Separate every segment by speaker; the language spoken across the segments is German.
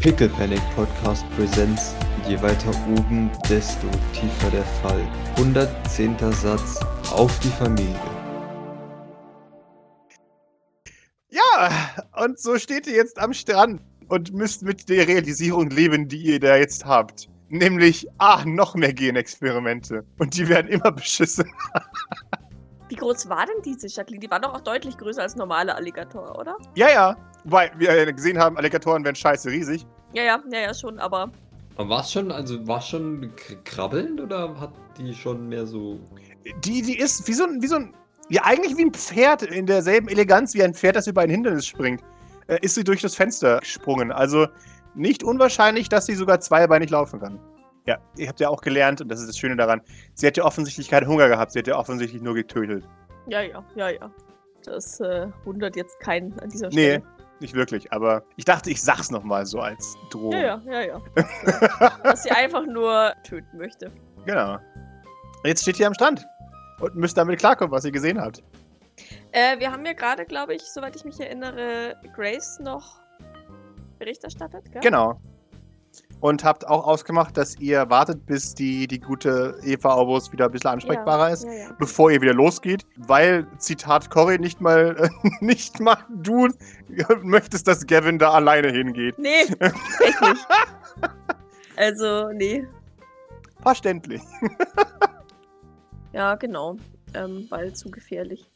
Speaker 1: Pickle Panic Podcast Presents Je weiter oben, desto tiefer der Fall. 110. Satz auf die Familie.
Speaker 2: Ja, und so steht ihr jetzt am Strand und müsst mit der Realisierung leben, die ihr da jetzt habt. Nämlich, ah, noch mehr Genexperimente. Und die werden immer beschissen.
Speaker 3: Wie groß war denn diese Jacqueline? Die waren doch auch deutlich größer als normale Alligatoren, oder?
Speaker 2: Ja, ja. Weil wir ja gesehen haben, Alligatoren werden scheiße riesig.
Speaker 3: Ja, ja, ja, ja, schon, aber
Speaker 1: Aber war es schon, also war schon k- krabbelnd oder hat die schon mehr so.
Speaker 2: Die, die ist wie so ein, wie so ein, ja, eigentlich wie ein Pferd in derselben Eleganz wie ein Pferd, das über ein Hindernis springt. Äh, ist sie durch das Fenster gesprungen. Also nicht unwahrscheinlich, dass sie sogar zweibeinig laufen kann. Ja, ihr habt ja auch gelernt, und das ist das Schöne daran, sie hat ja offensichtlich keinen Hunger gehabt, sie hat ja offensichtlich nur getötet.
Speaker 3: ja, ja, ja, ja. Das äh, wundert jetzt keinen an dieser
Speaker 2: Nee,
Speaker 3: Stelle.
Speaker 2: nicht wirklich, aber ich dachte, ich sag's nochmal so als Drohung.
Speaker 3: Ja, ja, ja, ja. Dass sie einfach nur töten möchte.
Speaker 2: Genau. Jetzt steht ihr am Strand und müsst damit klarkommen, was ihr gesehen habt.
Speaker 3: Äh, wir haben ja gerade, glaube ich, soweit ich mich erinnere, Grace noch Bericht erstattet, gell?
Speaker 2: Genau. Und habt auch ausgemacht, dass ihr wartet, bis die, die gute Eva Aubus wieder ein bisschen ansprechbarer ist,
Speaker 3: Ja, ja.
Speaker 2: bevor ihr wieder losgeht, weil, Zitat Cory, nicht mal, nicht mal du möchtest, dass Gavin da alleine hingeht.
Speaker 3: Nee, echt nicht. Also, nee.
Speaker 2: Verständlich.
Speaker 3: Ja, genau. Ähm, weil zu gefährlich.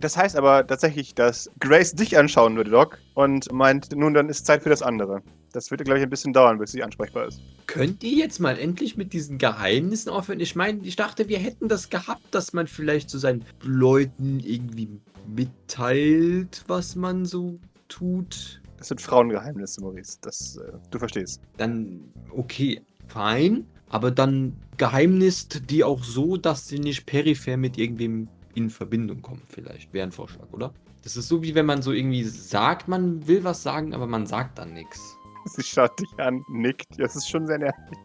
Speaker 2: Das heißt aber tatsächlich, dass Grace dich anschauen würde, Doc, und meint, nun, dann ist Zeit für das andere. Das wird, glaube ich, ein bisschen dauern, bis sie ansprechbar ist.
Speaker 4: Könnt ihr jetzt mal endlich mit diesen Geheimnissen aufhören? Ich meine, ich dachte, wir hätten das gehabt, dass man vielleicht so seinen Leuten irgendwie mitteilt, was man so tut.
Speaker 2: Das sind Frauengeheimnisse, Maurice. Das, äh, du verstehst.
Speaker 4: Dann, okay, fein. Aber dann geheimnist die auch so, dass sie nicht peripher mit irgendwem in Verbindung kommen, vielleicht. Wäre ein Vorschlag, oder? Das ist so, wie wenn man so irgendwie sagt, man will was sagen, aber man sagt dann nichts.
Speaker 2: Sie schaut dich an, nickt. Das ist schon sehr nervig.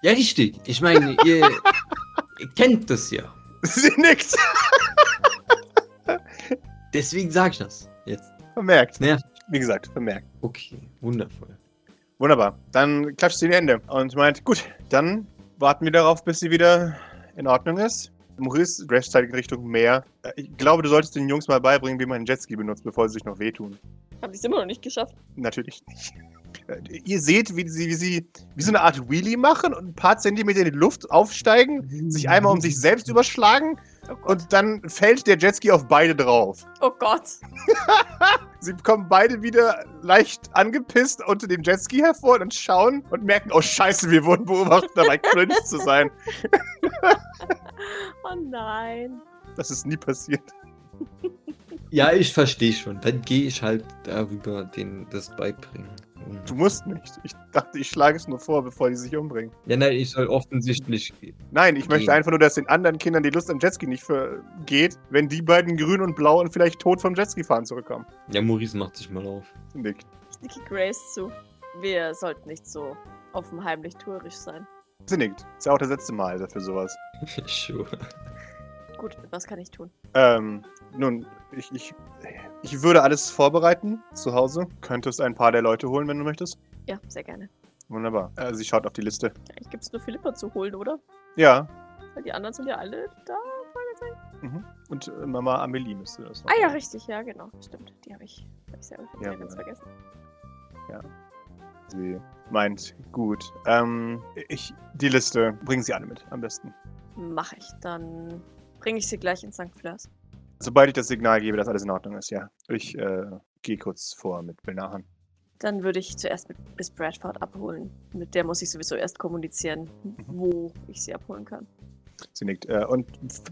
Speaker 4: Ja, richtig. Ich meine, ihr, ihr kennt das ja.
Speaker 2: Sie nickt.
Speaker 4: Deswegen sage ich das jetzt.
Speaker 2: Vermerkt.
Speaker 4: Ja.
Speaker 2: Wie gesagt, vermerkt.
Speaker 4: Okay, wundervoll.
Speaker 2: Wunderbar. Dann klatscht sie die Hände und meint, gut, dann warten wir darauf, bis sie wieder in Ordnung ist. Maurice crasht halt in Richtung Meer. Äh, Ich glaube, du solltest den Jungs mal beibringen, wie man einen Jetski benutzt, bevor sie sich noch wehtun.
Speaker 3: Hab ich's immer noch nicht geschafft.
Speaker 2: Natürlich nicht. Äh, Ihr seht, wie sie, wie sie wie so eine Art Wheelie machen und ein paar Zentimeter in die Luft aufsteigen, sich einmal um sich selbst überschlagen
Speaker 3: Mhm. Oh Gott.
Speaker 2: und dann fällt der Jetski auf beide drauf.
Speaker 3: Oh Gott.
Speaker 2: Sie kommen beide wieder leicht angepisst unter dem Jetski hervor und schauen und merken, oh scheiße, wir wurden beobachtet, dabei cringe zu sein.
Speaker 3: Oh nein.
Speaker 2: Das ist nie passiert.
Speaker 4: Ja, ich verstehe schon. Dann gehe ich halt darüber, den das beibringen.
Speaker 2: Du musst nicht. Ich dachte, ich schlage es nur vor, bevor die sich umbringen.
Speaker 4: Ja, nein, ich soll offensichtlich gehen.
Speaker 2: Nein, ich möchte
Speaker 4: Gehen.
Speaker 2: einfach nur, dass den anderen Kindern die Lust am Jetski nicht vergeht, wenn die beiden grün und blau und vielleicht tot vom Jetski fahren zurückkommen.
Speaker 4: Ja, Maurice macht sich mal auf.
Speaker 2: Nick.
Speaker 3: Ich nicke Grace zu. Wir sollten nicht so offen heimlich tourisch sein.
Speaker 2: Sie nickt. Ist ja auch das letzte Mal also für sowas.
Speaker 4: Sure.
Speaker 3: Gut, was kann ich tun?
Speaker 2: Ähm, nun, ich, ich, ich würde alles vorbereiten zu Hause. Könntest ein paar der Leute holen, wenn du möchtest.
Speaker 3: Ja, sehr gerne.
Speaker 2: Wunderbar. Äh, sie schaut auf die Liste.
Speaker 3: Ich gibt's nur Philippa zu holen, oder?
Speaker 2: Ja,
Speaker 3: Weil die anderen sind ja alle da.
Speaker 2: Mhm. Und äh, Mama Amelie müsste das noch.
Speaker 3: Ah ja, richtig, ja, genau. Stimmt. Die habe ich, hab ich selber
Speaker 2: Ja,
Speaker 3: ja, ganz
Speaker 2: aber-
Speaker 3: vergessen.
Speaker 2: Sie meint, gut. Ähm, ich, die Liste bringen Sie alle mit, am besten.
Speaker 3: Mache ich. Dann bringe ich sie gleich in St. Flörs.
Speaker 2: Sobald ich das Signal gebe, dass alles in Ordnung ist, ja. Ich äh, gehe kurz vor mit Bill Nahan.
Speaker 3: Dann würde ich zuerst mit Miss Bradford abholen. Mit der muss ich sowieso erst kommunizieren, wo ich sie abholen kann.
Speaker 2: Sie nickt. Äh, und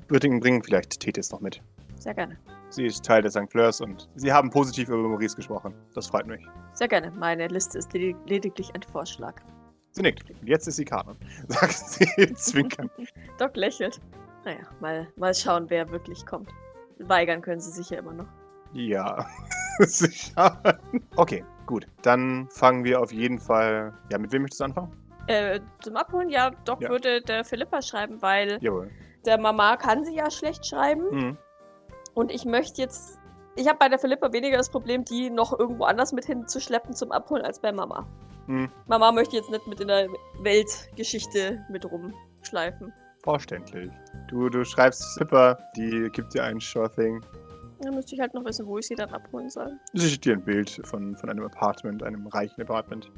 Speaker 2: Brittingen bringen vielleicht Tethys noch mit.
Speaker 3: Sehr gerne.
Speaker 2: Sie ist Teil der St. Fleurs und Sie haben positiv über Maurice gesprochen. Das freut mich.
Speaker 3: Sehr gerne. Meine Liste ist ledig lediglich ein Vorschlag.
Speaker 2: Sie nickt. Jetzt ist sie Kanon, sagt sie zwinkern.
Speaker 3: Doc lächelt. Naja, mal, mal schauen, wer wirklich kommt. Weigern können sie sich ja immer noch.
Speaker 2: Ja. Sie schauen. okay, gut. Dann fangen wir auf jeden Fall. Ja, mit wem möchtest du anfangen?
Speaker 3: Äh, zum Abholen, ja, Doc
Speaker 2: Ja.
Speaker 3: würde der Philippa schreiben, weil
Speaker 2: Jawohl.
Speaker 3: der Mama kann sie ja schlecht schreiben.
Speaker 2: Mhm.
Speaker 3: Und ich möchte jetzt Ich habe bei der Philippa weniger das Problem, die noch irgendwo anders mit hinzuschleppen zum Abholen als bei Mama.
Speaker 2: Hm,
Speaker 3: Mama möchte jetzt nicht mit in der Weltgeschichte mit rumschleifen.
Speaker 2: verständlich. Du, du schreibst Zipper, die gibt dir ein Sure Thing.
Speaker 3: Dann müsste ich halt noch wissen, wo ich sie dann abholen soll.
Speaker 2: Sie schickt dir ein Bild von, von einem Apartment, einem reichen Apartment.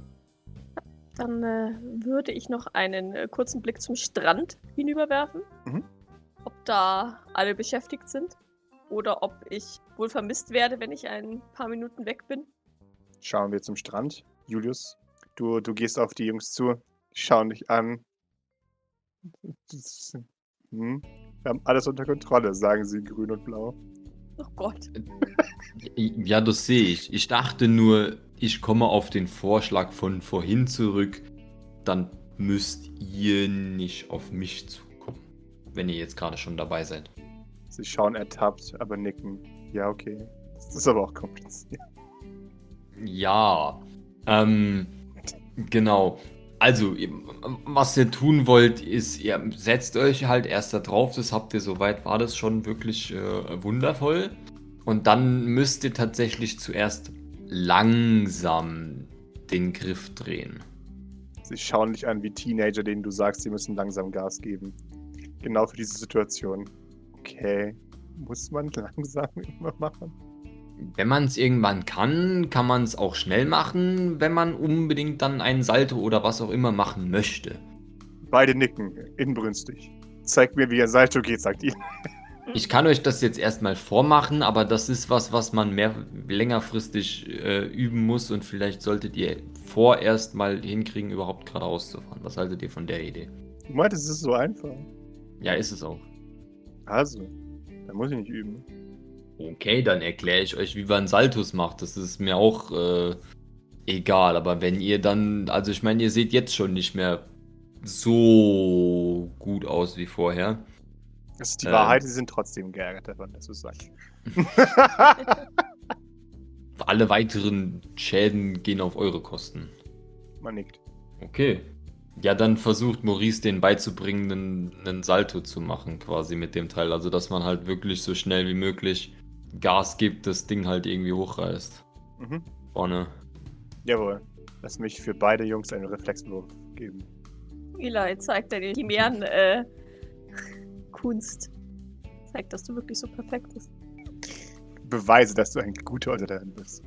Speaker 3: Dann äh, würde ich noch einen äh, kurzen Blick zum Strand hinüberwerfen.
Speaker 2: Mhm.
Speaker 3: Ob da alle beschäftigt sind oder ob ich wohl vermisst werde, wenn ich ein paar Minuten weg bin.
Speaker 2: Schauen wir zum Strand. Julius, du, du gehst auf die Jungs zu, die schauen dich an. Hm. Wir haben alles unter Kontrolle, sagen sie grün und blau.
Speaker 3: Oh Gott.
Speaker 4: Ja, das sehe ich. Ich dachte nur, ich komme auf den Vorschlag von vorhin zurück. Dann müsst ihr nicht auf mich zukommen, wenn ihr jetzt gerade schon dabei seid.
Speaker 2: Sie schauen ertappt, aber nicken. Ja, okay. Das ist aber auch kompliziert.
Speaker 4: Ja. Ähm, genau. Also, ihr- was ihr tun wollt, ist, ihr setzt euch halt erst da drauf, das habt ihr soweit, war das schon wirklich äh, wundervoll. Und dann müsst ihr tatsächlich zuerst langsam den Griff drehen.
Speaker 2: Sie schauen dich an wie Teenager, denen du sagst, sie müssen langsam Gas geben. Genau für diese Situation. Okay. Muss man langsam immer machen?
Speaker 4: Wenn man es irgendwann kann, kann man es auch schnell machen, wenn man unbedingt dann einen Salto oder was auch immer machen möchte.
Speaker 2: Beide nicken, inbrünstig. Zeig mir, wie ein Salto geht, sagt ihr.
Speaker 4: Ich kann euch das jetzt erstmal vormachen, aber das ist was, was man mehr längerfristig äh, üben muss und vielleicht solltet ihr vorerst mal hinkriegen, überhaupt geradeaus zu fahren. Was haltet ihr von der Idee?
Speaker 2: Du meintest, es ist so einfach.
Speaker 4: Ja, ist es auch.
Speaker 2: Also, da muss ich nicht üben.
Speaker 4: Okay, dann erkläre ich euch, wie man Saltos macht. Das ist mir auch äh, egal. Aber wenn ihr dann, also ich meine, ihr seht jetzt schon nicht mehr so gut aus wie vorher.
Speaker 2: Das ist die
Speaker 4: Ähm.
Speaker 2: Wahrheit, sie sind trotzdem geärgert davon, dass du es sagst.
Speaker 4: Alle weiteren Schäden gehen auf eure Kosten.
Speaker 2: Man nickt.
Speaker 4: Okay. Ja, dann versucht Maurice den beizubringen, einen, einen Salto zu machen, quasi mit dem Teil. Also, dass man halt wirklich so schnell wie möglich Gas gibt, das Ding halt irgendwie hochreißt.
Speaker 2: Mhm.
Speaker 4: Vorne.
Speaker 2: Jawohl. Lass mich für beide Jungs einen Reflexwurf geben.
Speaker 3: Eli, zeig deine Chimären, äh, Kunst. Zeig, dass du wirklich so perfekt bist.
Speaker 2: Beweise, dass du ein guter Untertan bist.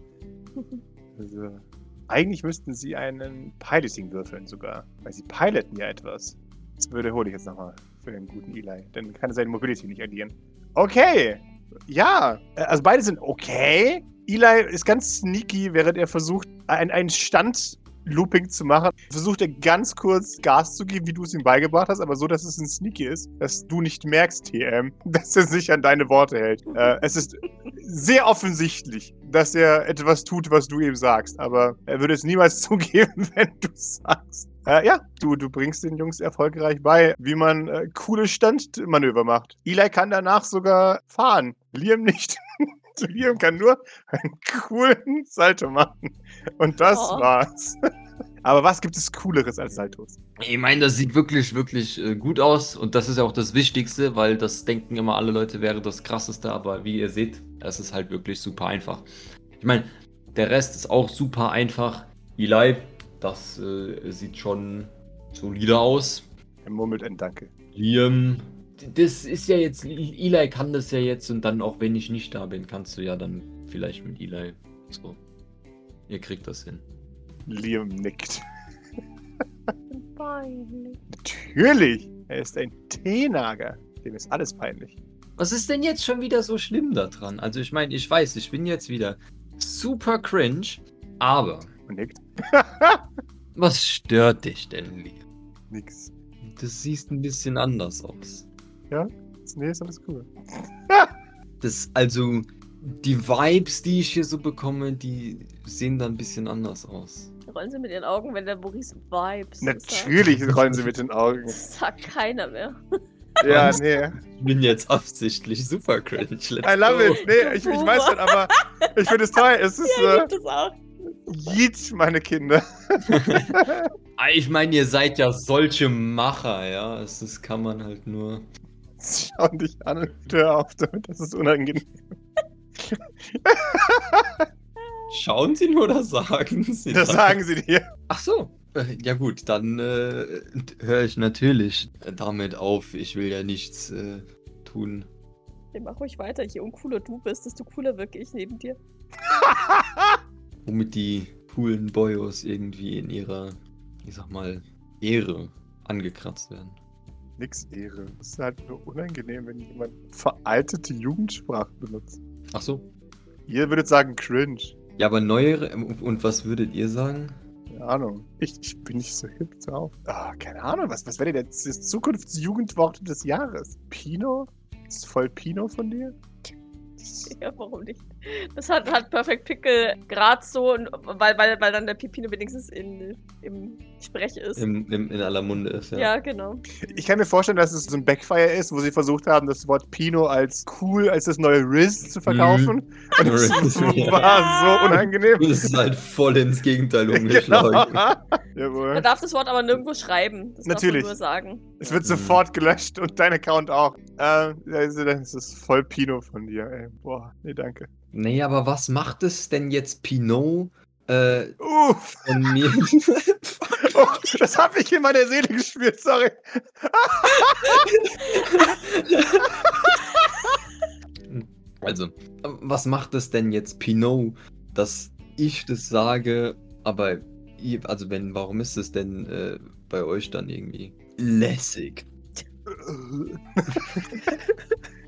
Speaker 2: Also, eigentlich müssten sie einen Piloting würfeln sogar, weil sie piloten ja etwas. Das würde hole ich jetzt nochmal für den guten Eli. Dann kann er seine Mobility nicht addieren. Okay. Ja. Äh, Also beide sind okay. Eli ist ganz sneaky, während er versucht, ein, ein Stand-Looping zu machen. Versucht er ganz kurz Gas zu geben, wie du es ihm beigebracht hast, aber so, dass es ein Sneaky ist, dass du nicht merkst, TM, dass er sich an deine Worte hält. Äh, es ist sehr offensichtlich, dass er etwas tut, was du ihm sagst, aber er würde es niemals zugeben, wenn du es sagst. Äh, ja, du, du bringst den Jungs erfolgreich bei, wie man äh, coole Standmanöver macht. Eli kann danach sogar fahren, Liam nicht. Liam kann nur einen coolen Salto machen. Und das
Speaker 3: Oh.
Speaker 2: war's. Aber was gibt es Cooleres als Saltos?
Speaker 4: Ich meine, das sieht wirklich, wirklich äh, gut aus. Und das ist ja auch das Wichtigste, weil das denken immer alle Leute, wäre das Krasseste. Aber wie ihr seht, es ist halt wirklich super einfach. Ich meine, der Rest ist auch super einfach. Eli, das äh, sieht schon solider aus.
Speaker 2: Er murmelt ein Danke.
Speaker 4: Liam. Das ist ja jetzt, Eli kann das ja jetzt und dann auch wenn ich nicht da bin, kannst du ja dann vielleicht mit Eli so. Ihr kriegt das hin.
Speaker 2: Liam nickt.
Speaker 3: Peinlich.
Speaker 2: Natürlich! Er ist ein Teenager. Dem ist alles peinlich.
Speaker 4: Was ist denn jetzt schon wieder so schlimm daran? Also ich meine, ich weiß, ich bin jetzt wieder super cringe, aber
Speaker 2: Und nickt.
Speaker 4: was stört dich denn, Liam?
Speaker 2: Nix.
Speaker 4: Das siehst ein bisschen anders aus.
Speaker 2: Nee, ist alles cool.
Speaker 4: Das, also, die Vibes, die ich hier so bekomme, die sehen dann ein bisschen anders aus.
Speaker 3: Rollen sie mit ihren Augen, wenn der Maurice Vibes sagt.
Speaker 2: Natürlich rollen sie mit den Augen.
Speaker 3: Das sagt keiner mehr.
Speaker 2: Ja, nee.
Speaker 4: Ich bin jetzt absichtlich super cringe. Let's
Speaker 2: I love
Speaker 4: go.
Speaker 2: it. Nee, ich, ich weiß schon, aber ich finde es toll. Es ist
Speaker 3: Ja,
Speaker 2: äh,
Speaker 3: gibt es auch.
Speaker 2: Yeet, meine Kinder.
Speaker 4: Ah, Ich meine, ihr seid ja solche Macher, ja. Es- Das kann man halt nur.
Speaker 2: Sie Schauen dich an und hör auf damit, das ist unangenehm.
Speaker 4: Schauen Sie nur oder sagen Sie?
Speaker 2: Das sagen sie dir.
Speaker 4: Ach so. Äh, Ja gut, dann äh, höre ich natürlich damit auf. Ich will ja nichts äh, tun.
Speaker 3: Dann mach ruhig weiter. Je uncooler du bist, desto cooler wirke ich neben dir.
Speaker 4: womit die coolen Boyos irgendwie in ihrer, ich sag mal, Ehre angekratzt werden.
Speaker 2: Nix Ehre. Es ist halt nur unangenehm, wenn jemand veraltete Jugendsprache benutzt.
Speaker 4: Ach so.
Speaker 2: Ihr würdet sagen cringe.
Speaker 4: Ja, aber neuere. ähm, Und was würdet ihr sagen?
Speaker 2: Keine Ahnung. Ich, ich bin nicht so hip drauf. Ah, keine Ahnung. Was, was wäre denn jetzt das Zukunftsjugendwort des Jahres? Pino? Ist voll Pino von dir?
Speaker 3: Ja, warum nicht? Das hat, hat Perfect Pickle gerade so, und- weil, weil, weil dann der Pipino wenigstens in, im Sprech ist.
Speaker 4: Im, im, in aller Munde ist, ja.
Speaker 3: ja, genau.
Speaker 2: Ich kann mir vorstellen, dass es so ein Backfire ist, wo sie versucht haben, das Wort Pino als cool, als das neue Riz zu verkaufen. Und das
Speaker 4: Ja.
Speaker 2: war so unangenehm.
Speaker 4: Das ist halt voll ins Gegenteil
Speaker 2: Genau.
Speaker 4: umgeschlagen.
Speaker 2: Jawohl.
Speaker 3: Man darf das Wort aber nirgendwo schreiben. Das
Speaker 2: Natürlich.
Speaker 3: Darf man nur sagen.
Speaker 2: Es wird
Speaker 4: Mhm.
Speaker 2: sofort gelöscht und dein Account auch. Ähm, also das ist voll Pino von dir, ey. Boah, nee, danke.
Speaker 4: Nee, aber was macht es denn jetzt Pinot äh,
Speaker 2: Uff,
Speaker 4: von mir?
Speaker 2: oh, das habe ich in meiner Seele gespürt, sorry.
Speaker 4: also, was macht es denn jetzt Pinot, dass ich das sage, aber ihr, also wenn, warum ist es denn äh, bei euch dann irgendwie lässig?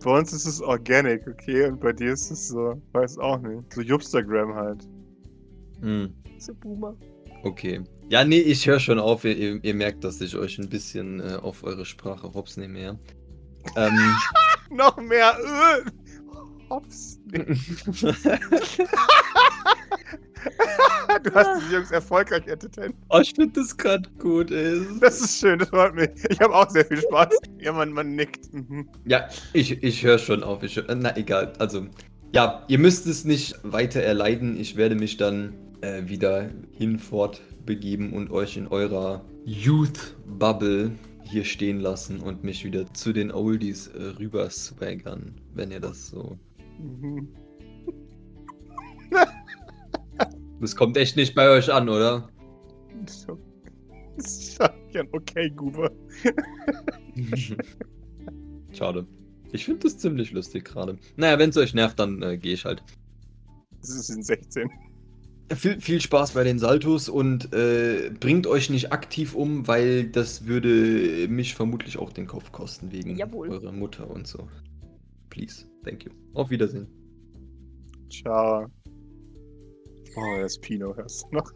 Speaker 2: bei uns ist es organic, okay? Und bei dir ist es so, weiß auch nicht. So Jupstagram halt.
Speaker 4: Hm.
Speaker 3: So Boomer.
Speaker 4: Okay. Ja, nee, ich höre schon auf. Ihr- Ihr, ihr merkt, dass ich euch ein bisschen äh, auf eure Sprache hops nehme, ja. Ähm,
Speaker 2: Noch mehr. Äh. Hops. Du hast die Jungs erfolgreich entertained.
Speaker 4: oh, ich finde das gerade gut. Ey.
Speaker 2: Das ist schön, das freut mich. Ich habe auch sehr viel Spaß. Ja, man, man nickt. Mhm.
Speaker 4: Ja, ich, ich höre schon auf. Ich hör, äh, na, egal. Also, ja, ihr müsst es nicht weiter erleiden. Ich werde mich dann äh, wieder hinfort begeben und euch in eurer Youth-Bubble hier stehen lassen und mich wieder zu den Oldies äh, rüber swaggern, wenn ihr das so.
Speaker 2: Mhm.
Speaker 4: Das kommt echt nicht bei euch an, oder?
Speaker 2: So. Das ist schon okay, Goober.
Speaker 4: Schade. Ich finde das ziemlich lustig gerade. Naja, wenn es euch nervt, dann äh, gehe ich halt.
Speaker 2: Das ist in 16.
Speaker 4: Viel, viel Spaß bei den Saltos und äh, bringt euch nicht aktiv um, weil das würde mich vermutlich auch den Kopf kosten wegen
Speaker 3: Jawohl.
Speaker 4: eurer Mutter und so. Please, thank you. Auf Wiedersehen.
Speaker 2: Ciao. Oh, das Pino hörst du noch.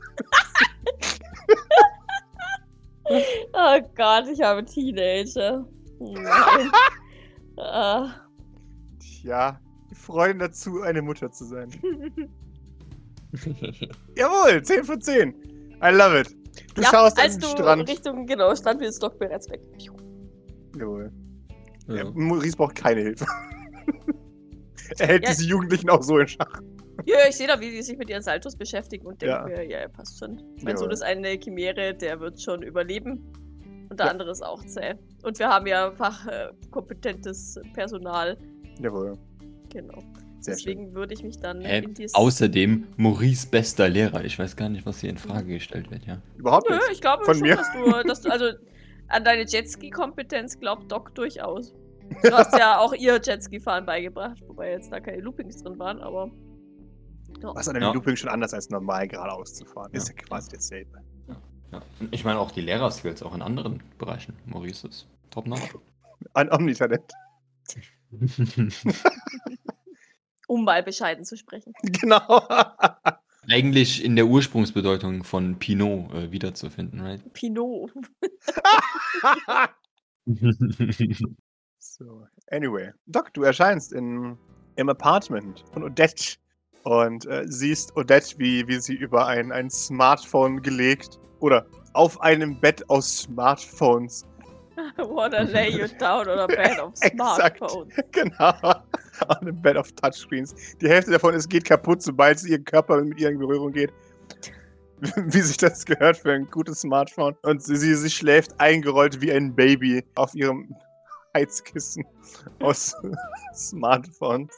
Speaker 3: Oh Gott, ich habe Teenager. Nein. Ah.
Speaker 2: Tja, die Freundin dazu, eine Mutter zu sein. Jawohl, 10 von 10. I love it. Du
Speaker 3: ja,
Speaker 2: schaust an
Speaker 3: als
Speaker 2: den
Speaker 3: du
Speaker 2: Strand.
Speaker 3: Richtung, genau, stand mir das Dock bereits weg.
Speaker 2: Jawohl. Ja.
Speaker 4: ja.
Speaker 2: Maurice braucht keine Hilfe. er hält
Speaker 3: Ja.
Speaker 2: diese Jugendlichen auch so in Schach.
Speaker 3: Ja, ich sehe da, wie die sich mit ihren Saltos beschäftigen und denke
Speaker 2: Ja.
Speaker 3: mir, ja, ja, passt schon. Mein
Speaker 2: Jawohl.
Speaker 3: Sohn ist eine Chimäre, der wird schon überleben. Und der
Speaker 2: Ja.
Speaker 3: andere ist auch zäh. Und wir haben ja fachkompetentes Personal.
Speaker 2: Jawohl.
Speaker 3: Genau.
Speaker 2: Sehr schön.
Speaker 3: Deswegen würde ich mich dann
Speaker 5: Hä?
Speaker 3: in dieses.
Speaker 5: Äh, Außerdem Maurice bester Lehrer. Ich weiß gar nicht, was hier in
Speaker 3: Mhm.
Speaker 5: Frage gestellt wird, ja.
Speaker 2: Überhaupt
Speaker 3: Nö,
Speaker 2: nicht.
Speaker 3: ich glaube
Speaker 2: Von
Speaker 3: schon,
Speaker 2: mir?
Speaker 3: dass du, dass du, also an deine Jetski-Kompetenz glaubt Doc durchaus. Du hast ja auch ihr Jetski-Fahren beigebracht, wobei jetzt da keine Loopings drin waren, aber. Ja.
Speaker 2: Was an dem
Speaker 5: Ja.
Speaker 2: Looping schon anders als normal geradeaus zu fahren. Ist ja quasi dasselbe.
Speaker 5: ja. Und Ich meine auch die Lehrerskills, auch in anderen Bereichen. Maurice ist top notch.
Speaker 2: Ein Omnitalent.
Speaker 3: Um mal bescheiden zu sprechen.
Speaker 2: Genau.
Speaker 5: Eigentlich in der Ursprungsbedeutung von Pinot äh, wiederzufinden, right?
Speaker 3: Pinot.
Speaker 2: So, anyway. Doc, du erscheinst in, im Apartment von Odette und äh, siehst Odette, wie, wie sie über ein, ein Smartphone gelegt oder auf einem Bett aus Smartphones.
Speaker 3: Wanna lay you down on a bed of
Speaker 2: Exakt.
Speaker 3: smartphones.
Speaker 2: genau. Auf einem Bed auf Touchscreens. Die Hälfte davon ist, geht kaputt, sobald sie ihren Körper mit ihr in Berührung geht. Wie sich das gehört für ein gutes Smartphone. Und sie, sie, sie schläft eingerollt wie ein Baby auf ihrem Heizkissen aus Smartphones.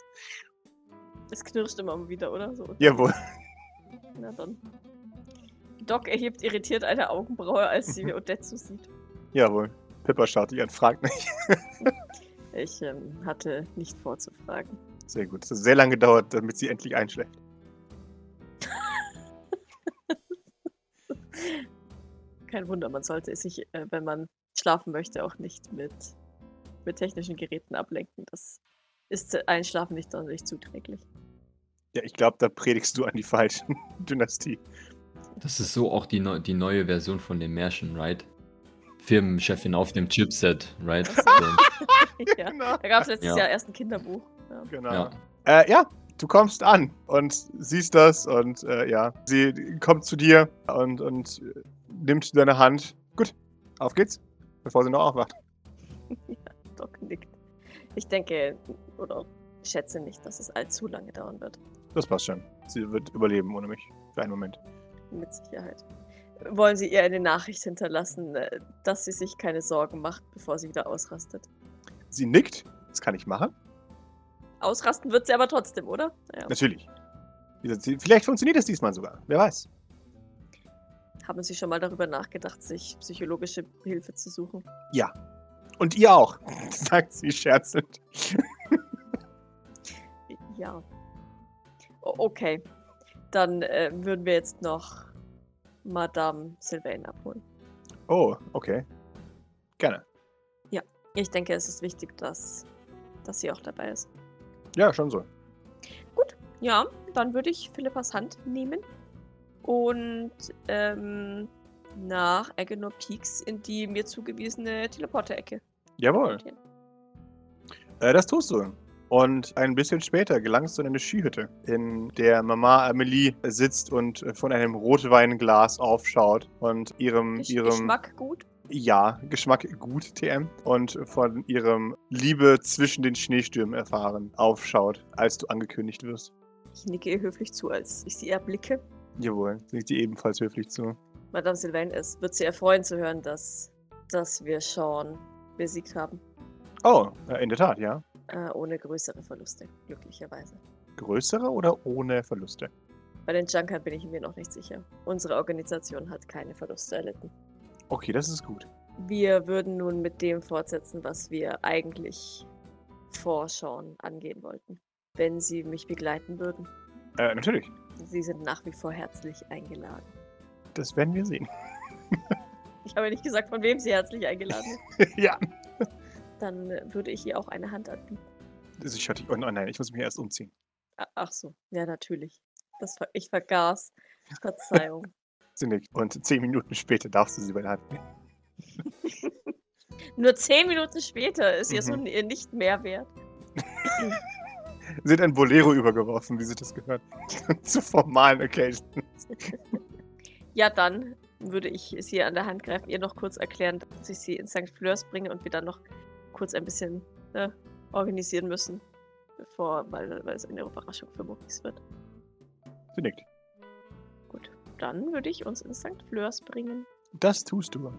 Speaker 3: Es knirscht immer mal wieder, oder? So.
Speaker 2: Jawohl.
Speaker 3: Na dann. Doc erhebt irritiert eine Augenbraue, als sie Odetsu sieht.
Speaker 2: Jawohl. Pippa schaut dich an, fragt nicht.
Speaker 3: Ich ähm, hatte nicht vorzufragen.
Speaker 2: Sehr gut. Es hat sehr lange gedauert, damit sie endlich einschläft.
Speaker 3: Kein Wunder, man sollte sich, äh, wenn man schlafen möchte, auch nicht mit, mit technischen Geräten ablenken. Das ist äh, Einschlafen nicht sonderlich zuträglich.
Speaker 2: Ja, ich glaube, da predigst du an die falschen Dynastie.
Speaker 5: Das ist so auch die, neu die neue Version von dem Märchen, right? Firmenchefin auf dem Chipset, right? So,
Speaker 3: ja.
Speaker 2: Genau.
Speaker 3: Da gab es letztes
Speaker 5: Ja.
Speaker 3: Jahr erst ein Kinderbuch. Ja.
Speaker 2: genau.
Speaker 5: ja.
Speaker 2: Äh, ja, du kommst an und siehst das und äh, ja, sie kommt zu dir und, und äh, nimmt deine Hand. Gut, auf geht's, bevor sie noch aufwacht.
Speaker 3: Doc nickt. Ich denke oder schätze nicht, dass es allzu lange dauern wird.
Speaker 2: Das passt schon. Sie wird überleben ohne mich. Für einen Moment.
Speaker 3: Mit Sicherheit. Wollen Sie ihr eine Nachricht hinterlassen, äh, dass sie sich keine Sorgen macht, bevor sie wieder ausrastet?
Speaker 2: Sie nickt. Das kann ich machen.
Speaker 3: Ausrasten wird sie aber trotzdem, oder? Ja.
Speaker 2: Natürlich. Wie gesagt, sie- Vielleicht funktioniert es diesmal sogar. Wer weiß.
Speaker 3: Haben Sie schon mal darüber nachgedacht, sich psychologische Hilfe zu suchen?
Speaker 2: Und ihr auch, sagt sie scherzend.
Speaker 3: Ja. O okay. Dann äh, würden wir jetzt noch Madame Sylvain abholen.
Speaker 2: Oh, okay. Gerne.
Speaker 3: Ich denke, es ist wichtig, dass, dass sie auch dabei ist.
Speaker 2: Ja, schon so.
Speaker 3: Ja, dann würde ich Philippas Hand nehmen und ähm, nach Agenor Peaks in die mir zugewiesene Teleporter-Ecke.
Speaker 2: Jawohl.
Speaker 3: gehen.
Speaker 2: Äh, das tust du. Und ein bisschen später gelangst du in eine Skihütte, in der Mama Amelie sitzt und äh, von einem Rotweinglas aufschaut und ihrem,
Speaker 3: Gesch
Speaker 2: ihrem
Speaker 3: Geschmack gut.
Speaker 2: Ja, Geschmack gut, TM. Und von ihrem Liebe zwischen den Schneestürmen erfahren, aufschaut, als du angekündigt wirst.
Speaker 3: Ich nicke ihr höflich zu, als ich sie erblicke.
Speaker 2: Jawohl, singt dir ebenfalls höflich zu.
Speaker 3: Madame Sylvain ist, wird sie erfreuen zu hören, dass, dass wir Sean besiegt haben.
Speaker 2: Oh, äh, in der Tat, ja.
Speaker 3: Äh, ohne größere Verluste, glücklicherweise.
Speaker 2: Größere oder ohne Verluste?
Speaker 3: Bei den Junkern bin ich mir noch nicht sicher. Unsere Organisation hat keine Verluste erlitten.
Speaker 2: Okay, das ist gut.
Speaker 3: Wir würden nun mit dem fortsetzen, was wir eigentlich vor Sean angehen wollten. Wenn Sie mich begleiten würden.
Speaker 2: Äh, natürlich.
Speaker 3: Sie sind nach wie vor herzlich eingeladen.
Speaker 2: Das werden wir sehen.
Speaker 3: Ich habe nicht gesagt, von wem Sie herzlich eingeladen sind.
Speaker 2: ja.
Speaker 3: Dann äh, würde ich ihr auch eine Hand anbieten.
Speaker 2: Also ich hatte, oh nein, ich muss mich erst umziehen.
Speaker 3: A- Ach so, ja, natürlich. Das ver ich vergaß. Verzeihung.
Speaker 2: Sie nickt. Und zehn Minuten später darfst du sie bei der Hand nehmen.
Speaker 3: Nur zehn Minuten später ist ihr so
Speaker 2: Mhm.
Speaker 3: ihr nicht mehr wert.
Speaker 2: Sie hat ein Bolero übergeworfen, wie sie das gehört. Zu formalen Occasion.
Speaker 3: Ja, dann würde ich es hier an der Hand greifen, ihr noch kurz erklären, dass ich sie in St. Fleurs bringe und wir dann noch kurz ein bisschen ne, organisieren müssen, bevor, weil, weil es eine Überraschung für Muckis wird.
Speaker 2: Sie nickt.
Speaker 3: Dann würde ich uns in St. Fleurs bringen.
Speaker 2: Das tust du.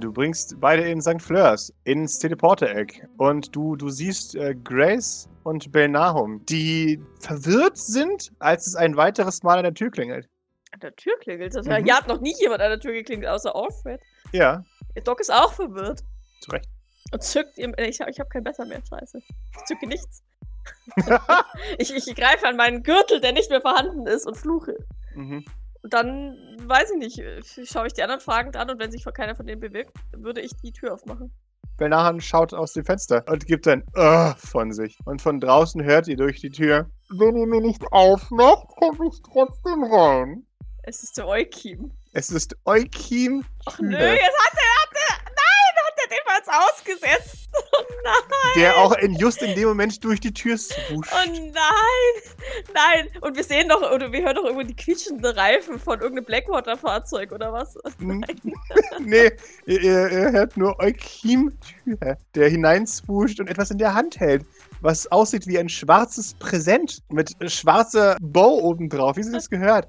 Speaker 2: Du bringst beide in St. Fleurs, ins Teleporter-Eck. Und du, du siehst äh, Grace und Belnahum, die verwirrt sind, als es ein weiteres Mal an der Tür klingelt.
Speaker 3: An der Tür klingelt das.
Speaker 2: Mhm.
Speaker 3: Hier hat noch nie jemand an der Tür geklingelt, außer Alfred.
Speaker 2: Ja,
Speaker 3: Ihr Doc ist auch verwirrt
Speaker 2: zu Recht.
Speaker 3: und zückt ihm. äh, Ich, hab- ich habe kein Messer mehr, scheiße. Ich zücke nichts. ich, ich greife an meinen Gürtel, der nicht mehr vorhanden ist, und fluche.
Speaker 2: Mhm.
Speaker 3: Und dann, weiß ich nicht, äh, schaue ich die anderen fragend an und wenn sich keiner von denen bewirkt, würde ich die Tür aufmachen.
Speaker 2: Belnahum schaut aus dem Fenster und gibt ein Ugh von sich. Und von draußen hört ihr durch die Tür.
Speaker 6: Wenn ihr mir nicht aufmacht, komme ich trotzdem rein.
Speaker 3: Es ist der Eukim.
Speaker 2: Es ist Eukim.
Speaker 3: Ach nö,
Speaker 2: Schüler,
Speaker 3: jetzt hat er, hat er, nein, hat er den mal jetzt ausgesetzt. Oh nein,
Speaker 2: Der auch in, just in dem Moment durch die Tür swoosh.
Speaker 3: oh nein, nein. Und wir sehen doch, oder wir hören doch irgendwo die quietschenden Reifen von irgendeinem Blackwater-Fahrzeug oder was.
Speaker 2: Hm. nee, ihr, ihr, ihr hört nur Eukim Tür, der hineinspuscht und etwas in der Hand hält, was aussieht wie ein schwarzes Präsent mit schwarzer Bow obendrauf, wie sie das gehört.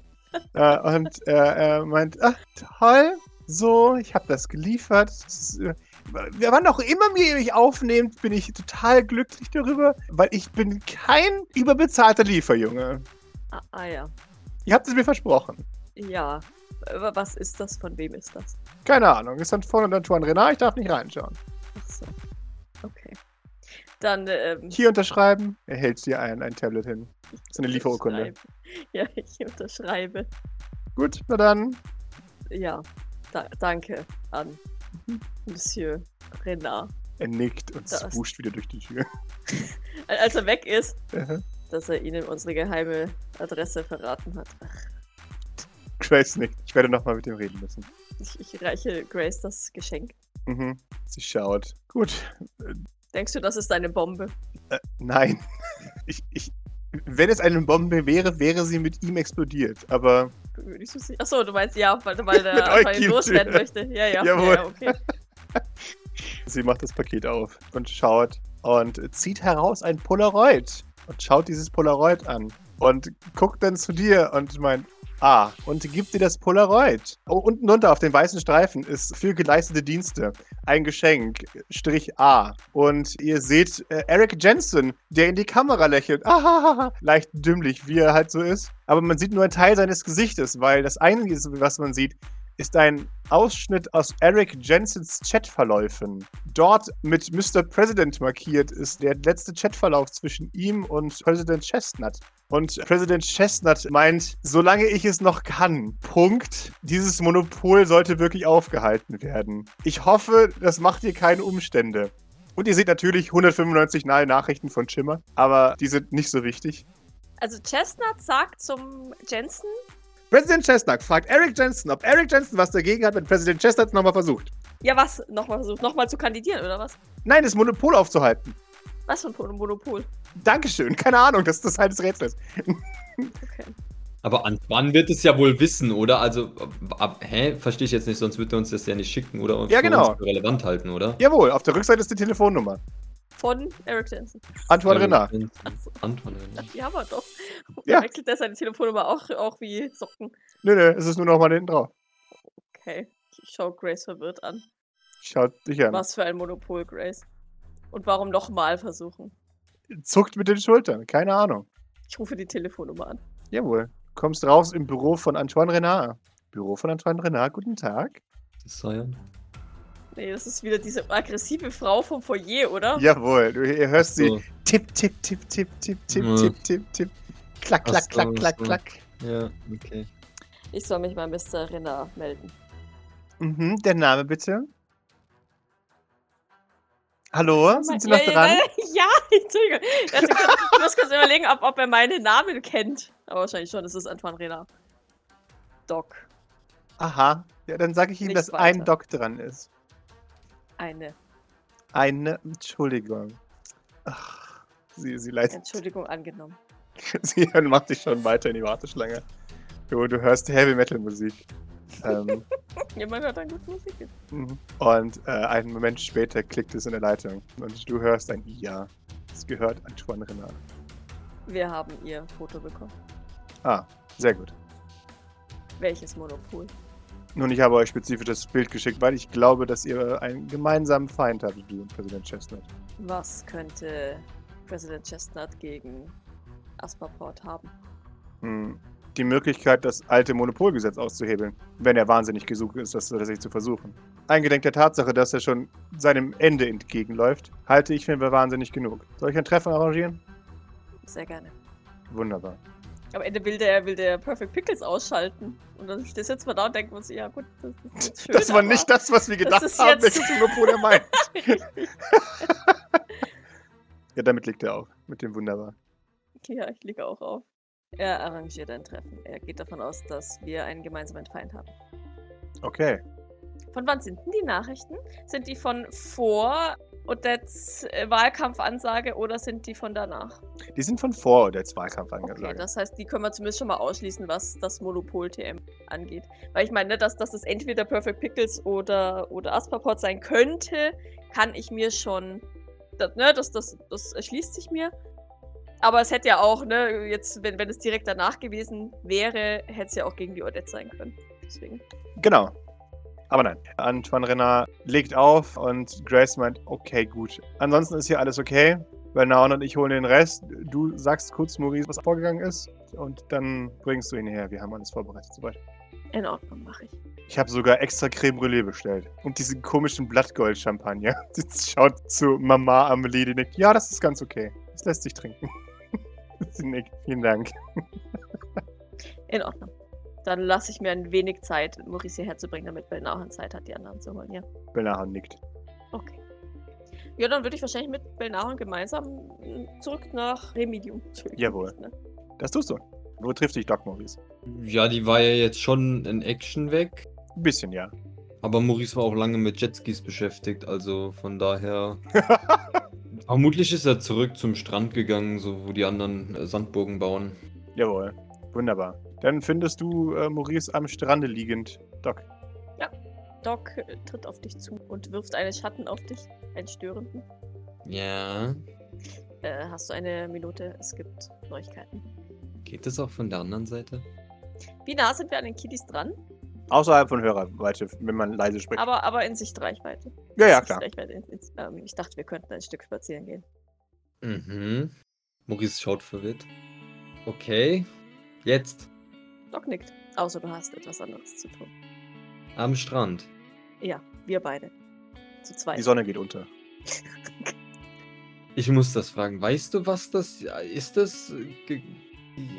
Speaker 2: äh, und äh, er meint, ach, toll, so, ich habe das geliefert. Das ist, äh, wann auch immer mir ihr mich aufnehmt, bin ich total glücklich darüber, weil ich bin kein überbezahlter Lieferjunge.
Speaker 3: Ah, ah ja.
Speaker 2: Ihr habt es mir versprochen.
Speaker 3: Ja. Aber was ist das? Von wem ist das?
Speaker 2: Keine Ahnung, ist dann vorne dann Tuan Renard, ich darf nicht reinschauen.
Speaker 3: Ach so. Okay. Dann, ähm.
Speaker 2: Hier unterschreiben, er hält dir ein, ein Tablet hin. ist eine
Speaker 3: ich
Speaker 2: Lieferurkunde.
Speaker 3: unterschreibe. Ja, ich unterschreibe.
Speaker 2: Gut, na dann.
Speaker 3: Ja. Da danke an Monsieur Renard.
Speaker 2: Er nickt und
Speaker 3: Das-
Speaker 2: swuscht wieder durch die Tür.
Speaker 3: Al- Als er weg ist,
Speaker 2: Mhm.
Speaker 3: dass er ihnen unsere geheime Adresse verraten hat.
Speaker 2: Grace nickt. Ich werde nochmal mit ihm reden müssen.
Speaker 3: Ich, ich reiche Grace das Geschenk.
Speaker 2: Mhm. Sie schaut. Gut,
Speaker 3: Denkst du, das ist eine Bombe?
Speaker 2: Äh, nein. Ich, ich, wenn es eine Bombe wäre, wäre sie mit ihm explodiert. Aber
Speaker 3: Bin mir nicht so sicher. Achso, du meinst ja, weil, weil
Speaker 2: Mit
Speaker 3: der einfach ihn
Speaker 2: Eukid,
Speaker 3: loswerden
Speaker 2: ja.
Speaker 3: möchte. Ja, ja.
Speaker 2: Jawohl.
Speaker 3: ja okay.
Speaker 2: sie macht das Paket auf und schaut und zieht heraus ein Polaroid und schaut dieses Polaroid an und guckt dann zu dir und meint, ah, und gibt dir das Polaroid. Oh, unten drunter auf dem weißen Streifen ist für geleistete Dienste ein Geschenk, Strich A. Und ihr seht äh, Eric Jensen, der in die Kamera lächelt. Ahahaha. Leicht dümmlich, wie er halt so ist. Aber man sieht nur einen Teil seines Gesichtes, weil das Einzige, was man sieht, ist ein Ausschnitt aus Eric Jensens Chatverläufen. Dort mit Mr. President markiert ist der letzte Chatverlauf zwischen ihm und President Chestnut. Und President Chestnut meint, solange ich es noch kann, Punkt, dieses Monopol sollte wirklich aufgehalten werden. Ich hoffe, das macht dir keine Umstände. Und ihr seht natürlich 195 nahe Nachrichten von Schimmer, aber die sind nicht so wichtig.
Speaker 3: Also Chestnut sagt zum Jensen,
Speaker 2: President Chestnut fragt Eric Jensen, ob Eric Jensen was dagegen hat, wenn President Chestnut es nochmal versucht.
Speaker 3: ja was, nochmal versucht, nochmal zu kandidieren, oder was?
Speaker 2: Nein, das Monopol aufzuhalten.
Speaker 3: Was für ein Pol- Monopol?
Speaker 2: Dankeschön, keine Ahnung, das ist das Teil des Rätsels.
Speaker 3: Okay.
Speaker 4: Aber Antoine wird es ja wohl wissen, oder? Also, ab, ab, hä? Verstehe ich jetzt nicht, sonst wird er uns das ja nicht schicken, oder? Und
Speaker 2: Ja,
Speaker 4: für
Speaker 2: genau.
Speaker 4: uns für relevant halten, oder?
Speaker 2: Jawohl, auf der Rückseite ist die Telefonnummer.
Speaker 3: Von Eric Jensen.
Speaker 2: Antoine Renard.
Speaker 3: Achso,
Speaker 4: Antoine Renard.
Speaker 3: die haben wir doch.
Speaker 2: Ja.
Speaker 3: Ja. Wechselt er seine Telefonnummer auch, auch wie Socken.
Speaker 2: Nö, nö, es ist nur nochmal hinten drauf.
Speaker 3: Okay. Ich schaue Grace verwirrt an.
Speaker 2: Schaut dich an.
Speaker 3: Was für ein Monopol, Grace. Und warum nochmal versuchen?
Speaker 2: Zuckt mit den Schultern, keine Ahnung.
Speaker 3: Ich rufe die Telefonnummer an.
Speaker 2: Jawohl. Kommst raus im Büro von Antoine Renard. Büro von Antoine Renard, guten Tag.
Speaker 4: Sion.
Speaker 3: Nee, das ist wieder diese aggressive Frau vom Foyer, oder?
Speaker 2: Jawohl, du, ihr hörst sie.
Speaker 4: So,
Speaker 2: Tipp, tipp, tipp, tipp, tipp, tipp,
Speaker 4: Ja.
Speaker 2: tipp, tipp, tipp. Klack, klack,
Speaker 4: Ach so,
Speaker 2: klack, klack,
Speaker 4: so.
Speaker 2: klack.
Speaker 4: ja, okay.
Speaker 3: Ich soll mich mal Mr. Renner melden.
Speaker 2: Mhm, der Name bitte. Hallo, sind Sie noch
Speaker 3: ja,
Speaker 2: dran?
Speaker 3: Ja, Entschuldigung. Also, ich muss kurz überlegen, ob, ob er meinen Namen kennt. Aber wahrscheinlich schon, es ist Antoine Renner. Doc.
Speaker 2: Aha. Ja, dann sage ich ihm,
Speaker 3: Nichts
Speaker 2: dass ein
Speaker 3: weiter.
Speaker 2: Doc dran ist.
Speaker 3: Eine.
Speaker 2: Eine Entschuldigung. Ach, sie, sie leidet.
Speaker 3: Entschuldigung angenommen.
Speaker 2: Sie macht dich schon weiter in die Warteschlange. Du, du hörst Heavy Metal Musik. Ähm,
Speaker 3: Jemand hört dann gut Musik.
Speaker 2: mhm. und äh, einen Moment später klickt es in der Leitung. Und du hörst ein Ja. Es gehört Antoine Renard.
Speaker 3: Wir haben ihr Foto bekommen.
Speaker 2: Ah, sehr gut.
Speaker 3: Welches Monopol?
Speaker 2: Nun, ich habe euch spezifisch das Bild geschickt, weil ich glaube, dass ihr einen gemeinsamen Feind habt, du und Präsident Chestnut.
Speaker 3: Was könnte President Chestnut gegen Asperport haben?
Speaker 2: Hm. Die Möglichkeit, das alte Monopolgesetz auszuhebeln, wenn er wahnsinnig gesucht ist, das tatsächlich zu versuchen. Eingedenk der Tatsache, dass er schon seinem Ende entgegenläuft, halte ich für wahnsinnig genug. Soll ich ein Treffen arrangieren?
Speaker 3: Sehr gerne.
Speaker 2: Wunderbar.
Speaker 3: Am Ende will der, will der Perfect Pickles ausschalten. Und dann steht jetzt mal da und denkt man sich, ja gut, das ist jetzt schön.
Speaker 2: das war
Speaker 3: aber-
Speaker 2: nicht das, was wir gedacht
Speaker 3: ist
Speaker 2: haben,
Speaker 3: jetzt-
Speaker 2: welches Monopol er meint. ja, damit liegt er auch. Mit dem Wunderbar.
Speaker 3: Ja, ich liege auch auf. Er arrangiert ein Treffen. Er geht davon aus, dass wir einen gemeinsamen Feind haben.
Speaker 2: Okay.
Speaker 3: Von wann sind denn die Nachrichten? Sind die von vor Odettes äh, Wahlkampfansage oder sind die von danach?
Speaker 2: Die sind von vor oder jetzt Wahlkampf angesagt.
Speaker 3: Okay, das heißt, die können wir zumindest schon mal ausschließen, was das Monopol-TM angeht. Weil ich meine, ne, dass, dass das entweder Perfect Pickles oder, oder Aspaport sein könnte, kann ich mir schon. Das, ne, das, das, das erschließt sich mir. Aber es hätte ja auch, ne, jetzt, wenn, wenn es direkt danach gewesen wäre, hätte es ja auch gegen die Odette sein können. Deswegen.
Speaker 2: Genau. Aber nein, Antoine Renner legt auf und Grace meint, okay, gut. Ansonsten ist hier alles okay. Bernaun und ich holen den Rest. Du sagst kurz Maurice, was vorgegangen ist. Und dann bringst du ihn her. Wir haben alles vorbereitet. Soweit.
Speaker 3: In Ordnung, mache ich.
Speaker 2: Ich habe sogar extra Creme Brûlée bestellt. Und diesen komischen Blattgold-Champagner. Sie schaut zu Mama Amelie, die nickt. Ja, das ist ganz okay. Das lässt sich trinken. Sie nickt. Vielen Dank.
Speaker 3: In Ordnung. Dann lasse ich mir ein wenig Zeit, Maurice hierher zu bringen, damit Belnauhan Zeit hat, die anderen zu holen, ja.
Speaker 2: Bellahan nickt.
Speaker 3: Okay. Ja, dann würde ich wahrscheinlich mit Belnauhan gemeinsam mm, zurück nach Remedium.
Speaker 2: Jawohl.
Speaker 3: Ne?
Speaker 2: Das tust du. Wo trifft dich Doc Maurice?
Speaker 4: Ja, die war ja jetzt schon in Action weg.
Speaker 2: Ein bisschen, ja.
Speaker 4: Aber Maurice war auch lange mit Jetskis beschäftigt, also von daher. Vermutlich ist er zurück zum Strand gegangen, so wo die anderen äh, Sandburgen bauen.
Speaker 2: Jawohl. Wunderbar. Dann findest du äh, Maurice am Strande liegend. Doc.
Speaker 3: Doc äh, tritt auf dich zu und wirft einen Schatten auf dich, einen störenden.
Speaker 4: Ja.
Speaker 3: Äh, hast du eine Minute? Es gibt Neuigkeiten.
Speaker 4: Geht das auch von der anderen Seite?
Speaker 3: Wie nah sind wir an den Kiddies dran?
Speaker 2: Außerhalb von Hörerweite, wenn man leise spricht.
Speaker 3: Aber, aber in Sichtreichweite.
Speaker 2: ja, ja, klar.
Speaker 3: Sichtreichweite. In, in, ähm, ich dachte, wir könnten ein Stück spazieren gehen.
Speaker 4: Mhm. Maurice schaut verwirrt. Okay. Jetzt.
Speaker 3: Doc nickt. Außer du hast etwas anderes zu tun.
Speaker 4: Am Strand.
Speaker 3: Ja, wir beide. Zu
Speaker 2: Die
Speaker 3: zweit.
Speaker 2: Sonne geht unter.
Speaker 4: Ich muss das fragen. Weißt du, was das ist? Das äh, ge-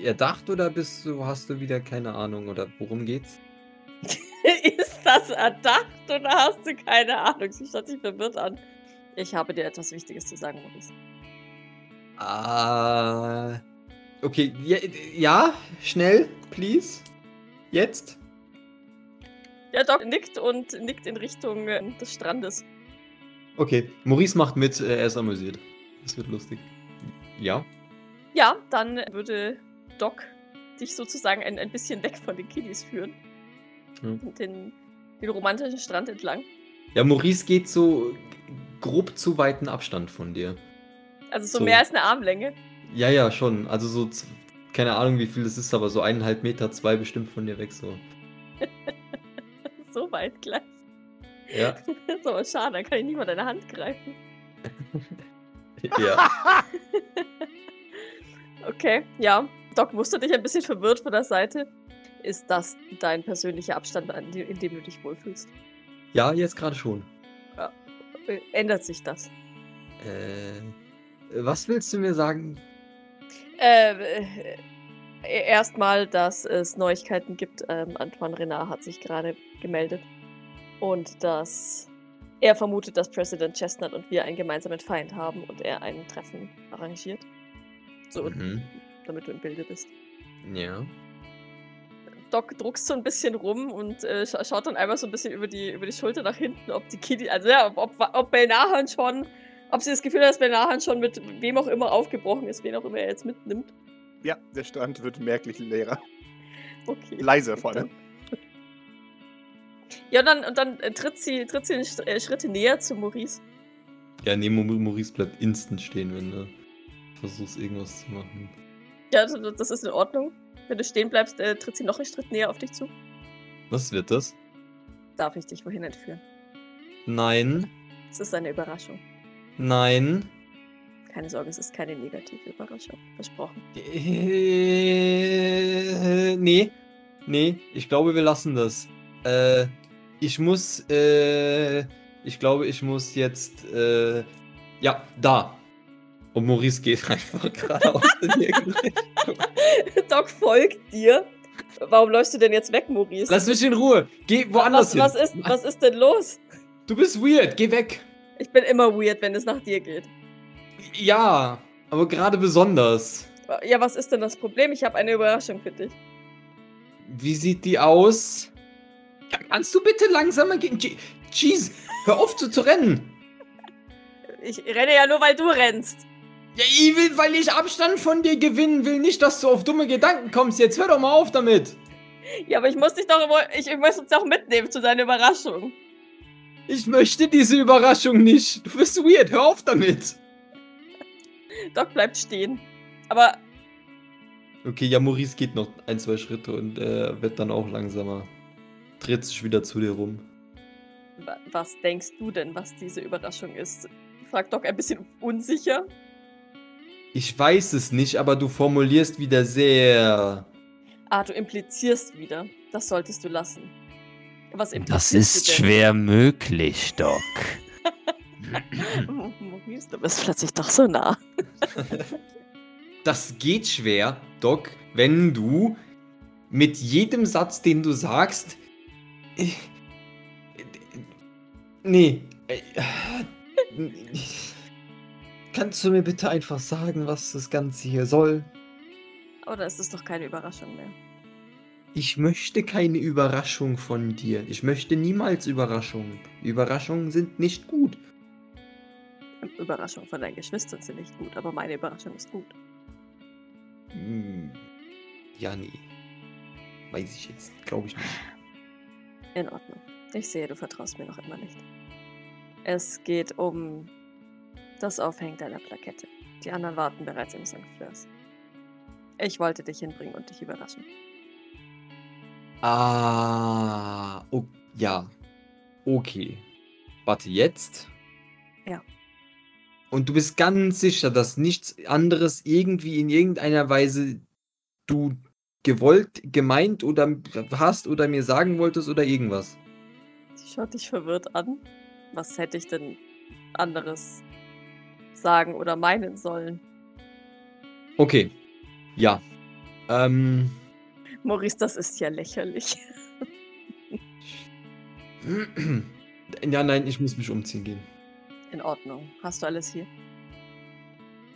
Speaker 4: erdacht oder bist du, hast du wieder keine Ahnung oder worum geht's?
Speaker 3: Ist das erdacht oder hast du keine Ahnung? Sie schaut sich verwirrt an. Ich habe dir etwas Wichtiges zu sagen, Maurice.
Speaker 4: Ah. Okay, ja, ja, schnell, please. Jetzt.
Speaker 3: Ja, Doc nickt und nickt in Richtung äh, des Strandes.
Speaker 4: Okay, Maurice macht mit, äh, er ist amüsiert. Das wird lustig. Ja.
Speaker 3: Ja, dann würde Doc dich sozusagen ein, ein bisschen weg von den Kiddies führen.
Speaker 4: Hm.
Speaker 3: Und Den, den romantischen Strand entlang.
Speaker 4: Ja, Maurice geht so grob zu weiten Abstand von dir.
Speaker 3: Also so,
Speaker 4: So.
Speaker 3: mehr als eine Armlänge.
Speaker 4: Ja, ja, schon. Also so, z- keine Ahnung, wie viel das ist, aber so eineinhalb Meter, zwei bestimmt von dir weg so.
Speaker 3: So weit gleich.
Speaker 4: Ja.
Speaker 3: Das ist aber schade, da kann ich nicht mal deine Hand greifen.
Speaker 4: ja.
Speaker 3: Okay, ja. Doc mustert dich ein bisschen verwirrt von der Seite. Ist das dein persönlicher Abstand, an dem- in dem du dich wohlfühlst?
Speaker 4: ja, jetzt gerade schon.
Speaker 3: Äh, Ändert sich das?
Speaker 4: Äh, was willst du mir sagen?
Speaker 3: Äh, äh, Erstmal, dass es Neuigkeiten gibt. Ähm, Antoine Renard hat sich gerade gemeldet. Und dass er vermutet, dass President Chestnut und wir einen gemeinsamen Feind haben und er ein Treffen arrangiert. So,
Speaker 4: Mhm.
Speaker 3: damit du im Bilde bist.
Speaker 4: Ja.
Speaker 3: Doc druckst so ein bisschen rum und äh, scha schaut dann einmal so ein bisschen über die, über die Schulter nach hinten, ob die Kitty, also ja, ob, ob, ob Belnahan schon, ob sie das Gefühl hat, dass Belnahan schon mit wem auch immer aufgebrochen ist, wen auch immer er jetzt mitnimmt.
Speaker 2: Ja, der Strand wird merklich leerer.
Speaker 3: Okay.
Speaker 2: Leiser vor allem.
Speaker 3: Ja, und dann, und dann äh, tritt sie, tritt sie einen Sch äh, Schritt näher zu Maurice.
Speaker 4: Ja, nee, Mo- Maurice bleibt instant stehen, wenn du versuchst, irgendwas zu machen.
Speaker 3: Ja, das, das ist in Ordnung. Wenn du stehen bleibst, äh, tritt sie noch einen Schritt näher auf dich zu.
Speaker 4: Was wird das?
Speaker 3: Darf ich dich wohin entführen?
Speaker 4: Nein,
Speaker 3: Es ist eine Überraschung.
Speaker 4: nein.
Speaker 3: Keine Sorge, es ist keine negative Überraschung. Versprochen.
Speaker 4: Äh, nee, nee, ich glaube, wir lassen das. Äh, ich muss, äh, ich glaube, ich muss jetzt, äh, ja, da. Und Maurice geht einfach geradeaus in die Ecke.
Speaker 3: Doc folgt dir. Warum läufst du denn jetzt weg, Maurice?
Speaker 4: Lass mich in Ruhe. Geh woanders
Speaker 3: was, was,
Speaker 4: hin.
Speaker 3: ist, was ist denn los?
Speaker 4: Du bist weird. Geh weg.
Speaker 3: Ich bin immer weird, wenn es nach dir geht.
Speaker 4: Ja, aber gerade besonders.
Speaker 3: Ja, was ist denn das Problem? Ich habe eine Überraschung für dich.
Speaker 4: Wie sieht die aus? Kannst du bitte langsamer gehen? Je- Jeez, hör auf zu, zu rennen.
Speaker 3: Ich renne ja nur, weil du rennst.
Speaker 4: Ja, ich will, weil ich Abstand von dir gewinnen will, nicht, dass du auf dumme Gedanken kommst. Jetzt hör doch mal auf damit.
Speaker 3: Ja, aber ich muss dich doch, immer- ich, ich muss uns doch mitnehmen zu deiner Überraschung.
Speaker 4: Ich möchte diese Überraschung nicht. Du bist weird. Hör auf damit.
Speaker 3: Doc bleibt stehen. Aber
Speaker 4: Okay, ja, Maurice geht noch ein, zwei Schritte und äh, wird dann auch langsamer. Dreht sich wieder zu dir rum.
Speaker 3: Wa- Was denkst du denn, was diese Überraschung ist? Fragt Doc ein bisschen unsicher.
Speaker 4: Ich weiß es nicht, aber du formulierst wieder sehr.
Speaker 3: Ah, du implizierst wieder. Das solltest du lassen. Was
Speaker 7: Das
Speaker 3: implizierst
Speaker 7: ist
Speaker 3: du denn?
Speaker 7: schwer möglich, Doc.
Speaker 3: Maurice, du bist plötzlich doch so nah.
Speaker 4: Das geht schwer, Doc, wenn du mit jedem Satz, den du sagst. Ich- Nee. äh, Kannst du mir bitte einfach sagen, was das Ganze hier soll?
Speaker 3: Aber dann ist es doch keine Überraschung mehr.
Speaker 4: Ich möchte keine Überraschung von dir. Ich möchte niemals Überraschungen. Überraschungen sind nicht gut.
Speaker 3: Überraschung von deinen Geschwistern sind nicht gut, aber meine Überraschung ist gut.
Speaker 4: Hm. Ja, nee. Weiß ich jetzt. Glaube ich nicht.
Speaker 3: In Ordnung. Ich sehe, du vertraust mir noch immer nicht. Es geht um das Aufhängen deiner Plakette. Die anderen warten bereits im St. Fleurs. Ich wollte dich hinbringen und dich überraschen.
Speaker 4: Ah. o- ja. Okay. Warte, jetzt?
Speaker 3: Ja.
Speaker 4: Und du bist ganz sicher, dass nichts anderes irgendwie in irgendeiner Weise du gewollt, gemeint oder hast oder mir sagen wolltest oder irgendwas?
Speaker 3: Sie schaut dich verwirrt an. Was hätte ich denn anderes sagen oder meinen sollen?
Speaker 4: Okay. Ja. Ähm.
Speaker 3: Maurice, das ist ja lächerlich.
Speaker 4: Ja, nein, ich muss mich umziehen gehen.
Speaker 3: In Ordnung. Hast du alles hier?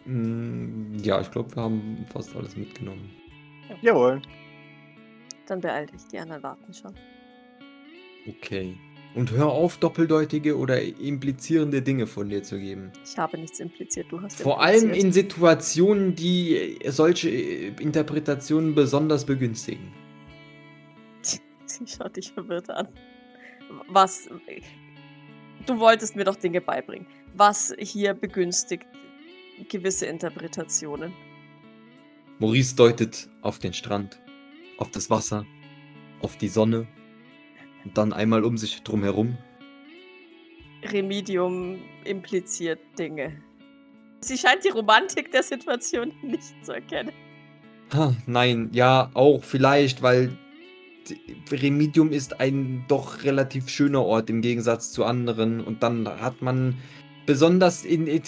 Speaker 4: Mm, Ja, ich glaube, wir haben fast alles mitgenommen.
Speaker 2: Jawohl.
Speaker 3: Dann beeil dich. Die anderen warten schon.
Speaker 4: Okay. Und hör auf, doppeldeutige oder implizierende Dinge von dir zu geben.
Speaker 3: Ich habe nichts impliziert. Du hast
Speaker 4: Vor allem
Speaker 3: impliziert.
Speaker 4: in Situationen, die äh, solche äh, Interpretationen besonders begünstigen.
Speaker 3: Sie schaut dich verwirrt an. Was? Du wolltest mir doch Dinge beibringen. Was hier begünstigt gewisse Interpretationen?
Speaker 4: Maurice deutet auf den Strand, auf das Wasser, auf die Sonne und dann einmal um sich drumherum.
Speaker 3: Remedium impliziert Dinge. Sie scheint die Romantik der Situation nicht zu erkennen.
Speaker 4: Ha, nein, ja, auch vielleicht, weil d- Remedium ist ein doch relativ schöner Ort im Gegensatz zu anderen. Und dann hat man besonders in. in-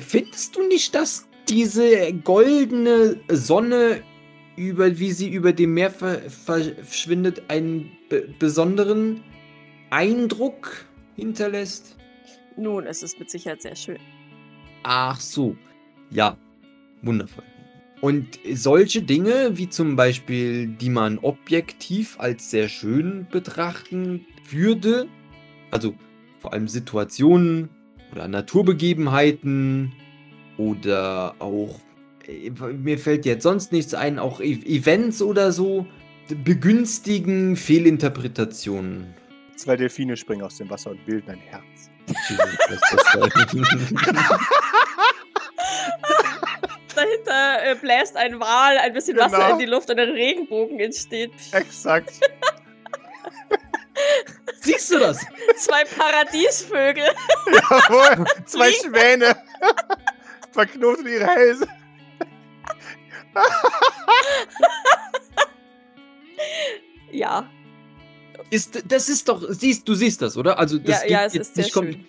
Speaker 4: Findest du nicht, dass diese goldene Sonne, über, wie sie über dem Meer ver verschwindet, einen be besonderen Eindruck hinterlässt?
Speaker 3: Nun, es ist mit Sicherheit sehr schön.
Speaker 4: Ach so. Ja, wundervoll. Und solche Dinge, wie zum Beispiel, die man objektiv als sehr schön betrachten würde, also vor allem Situationen oder Naturbegebenheiten oder auch, äh, mir fällt jetzt sonst nichts ein, auch E- Events oder so, begünstigen Fehlinterpretationen.
Speaker 2: Zwei Delfine springen aus dem Wasser und bilden ein Herz.
Speaker 3: Dahinter äh, bläst ein Wal ein bisschen Wasser
Speaker 2: Genau.
Speaker 3: in die Luft und ein Regenbogen entsteht.
Speaker 2: Exakt.
Speaker 4: Siehst du das?
Speaker 3: Zwei Paradiesvögel.
Speaker 2: Jawohl. Zwei
Speaker 3: Fliegen.
Speaker 2: Schwäne. Verknotet ihre Hälse.
Speaker 3: Ja,
Speaker 4: Ist, das ist doch, siehst, du siehst das, oder? Also das
Speaker 3: ja, ja, es
Speaker 4: jetzt
Speaker 3: ist sehr
Speaker 4: nicht kom-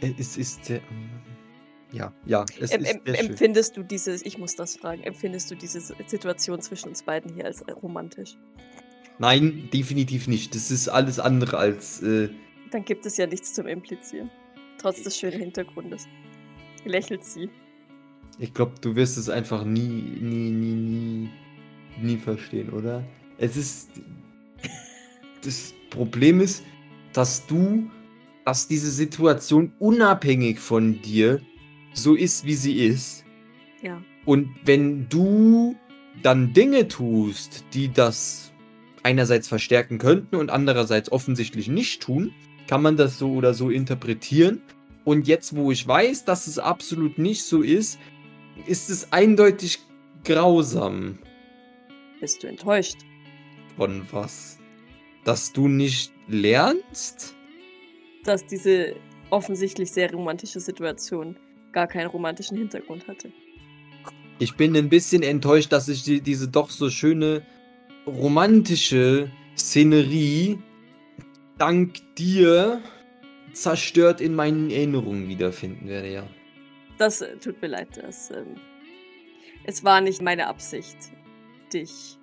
Speaker 3: schön.
Speaker 4: Es ist sehr. ähm, Ja, ja, es
Speaker 3: Em,
Speaker 4: ist
Speaker 3: em,
Speaker 4: sehr schön.
Speaker 3: empfindest du dieses, ich muss das fragen, empfindest du diese S- Situation zwischen uns beiden hier als äh, romantisch?
Speaker 4: Nein, definitiv nicht. Das ist alles andere als. Äh,
Speaker 3: Dann gibt es ja nichts zum Implizieren. Trotz des schönen Hintergrundes. Lächelt sie.
Speaker 4: ich glaube, du wirst es einfach nie, nie, nie, nie, nie verstehen, oder? Es ist. Das Problem ist, dass du, dass diese Situation unabhängig von dir so ist, wie sie ist.
Speaker 3: Ja.
Speaker 4: Und wenn du dann Dinge tust, die das einerseits verstärken könnten und andererseits offensichtlich nicht tun, kann man das so oder so interpretieren. Und jetzt, wo ich weiß, dass es absolut nicht so ist, ist es eindeutig grausam.
Speaker 3: Bist du enttäuscht?
Speaker 4: Von was? Dass du nicht lernst?
Speaker 3: dass diese offensichtlich sehr romantische Situation gar keinen romantischen Hintergrund hatte.
Speaker 4: Ich bin ein bisschen enttäuscht, dass ich die, diese doch so schöne romantische Szenerie dank dir zerstört in meinen Erinnerungen wiederfinden werde, ja.
Speaker 3: Das äh, tut mir leid. Das, ähm, es war nicht meine Absicht, dich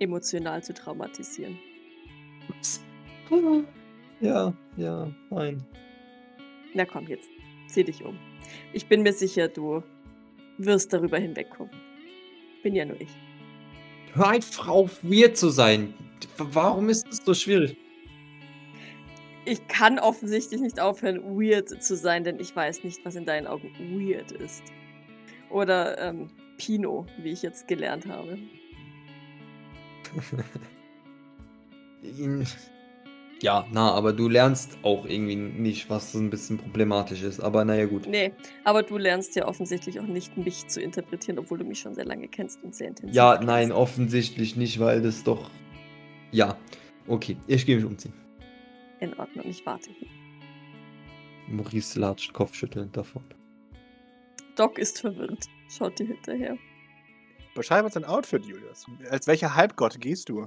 Speaker 3: emotional zu traumatisieren.
Speaker 4: Ja, ja, nein.
Speaker 3: Na komm jetzt, zieh dich um. Ich bin mir sicher, du wirst darüber hinwegkommen. Bin ja nur ich.
Speaker 4: Hör einfach auf, weird zu sein. W- Warum ist das so schwierig?
Speaker 3: Ich kann offensichtlich nicht aufhören, weird zu sein, denn ich weiß nicht, was in deinen Augen weird ist. Oder ähm, Pino, wie ich jetzt gelernt habe.
Speaker 4: Ja, na, aber du lernst auch irgendwie nicht, was so ein bisschen problematisch ist. Aber naja, gut.
Speaker 3: Nee, aber du lernst ja offensichtlich auch nicht, mich zu interpretieren, obwohl du mich schon sehr lange kennst und sehr intensiv.
Speaker 4: Ja,
Speaker 3: kennst.
Speaker 4: nein, offensichtlich nicht, weil das doch. Ja, okay, ich gehe mich umziehen.
Speaker 3: In Ordnung, ich warte hier.
Speaker 4: Maurice latscht kopfschüttelnd davon.
Speaker 3: Doc ist verwirrt. Schaut dir hinterher.
Speaker 2: Beschreib uns dein Outfit, Julius. Als welcher Halbgott gehst du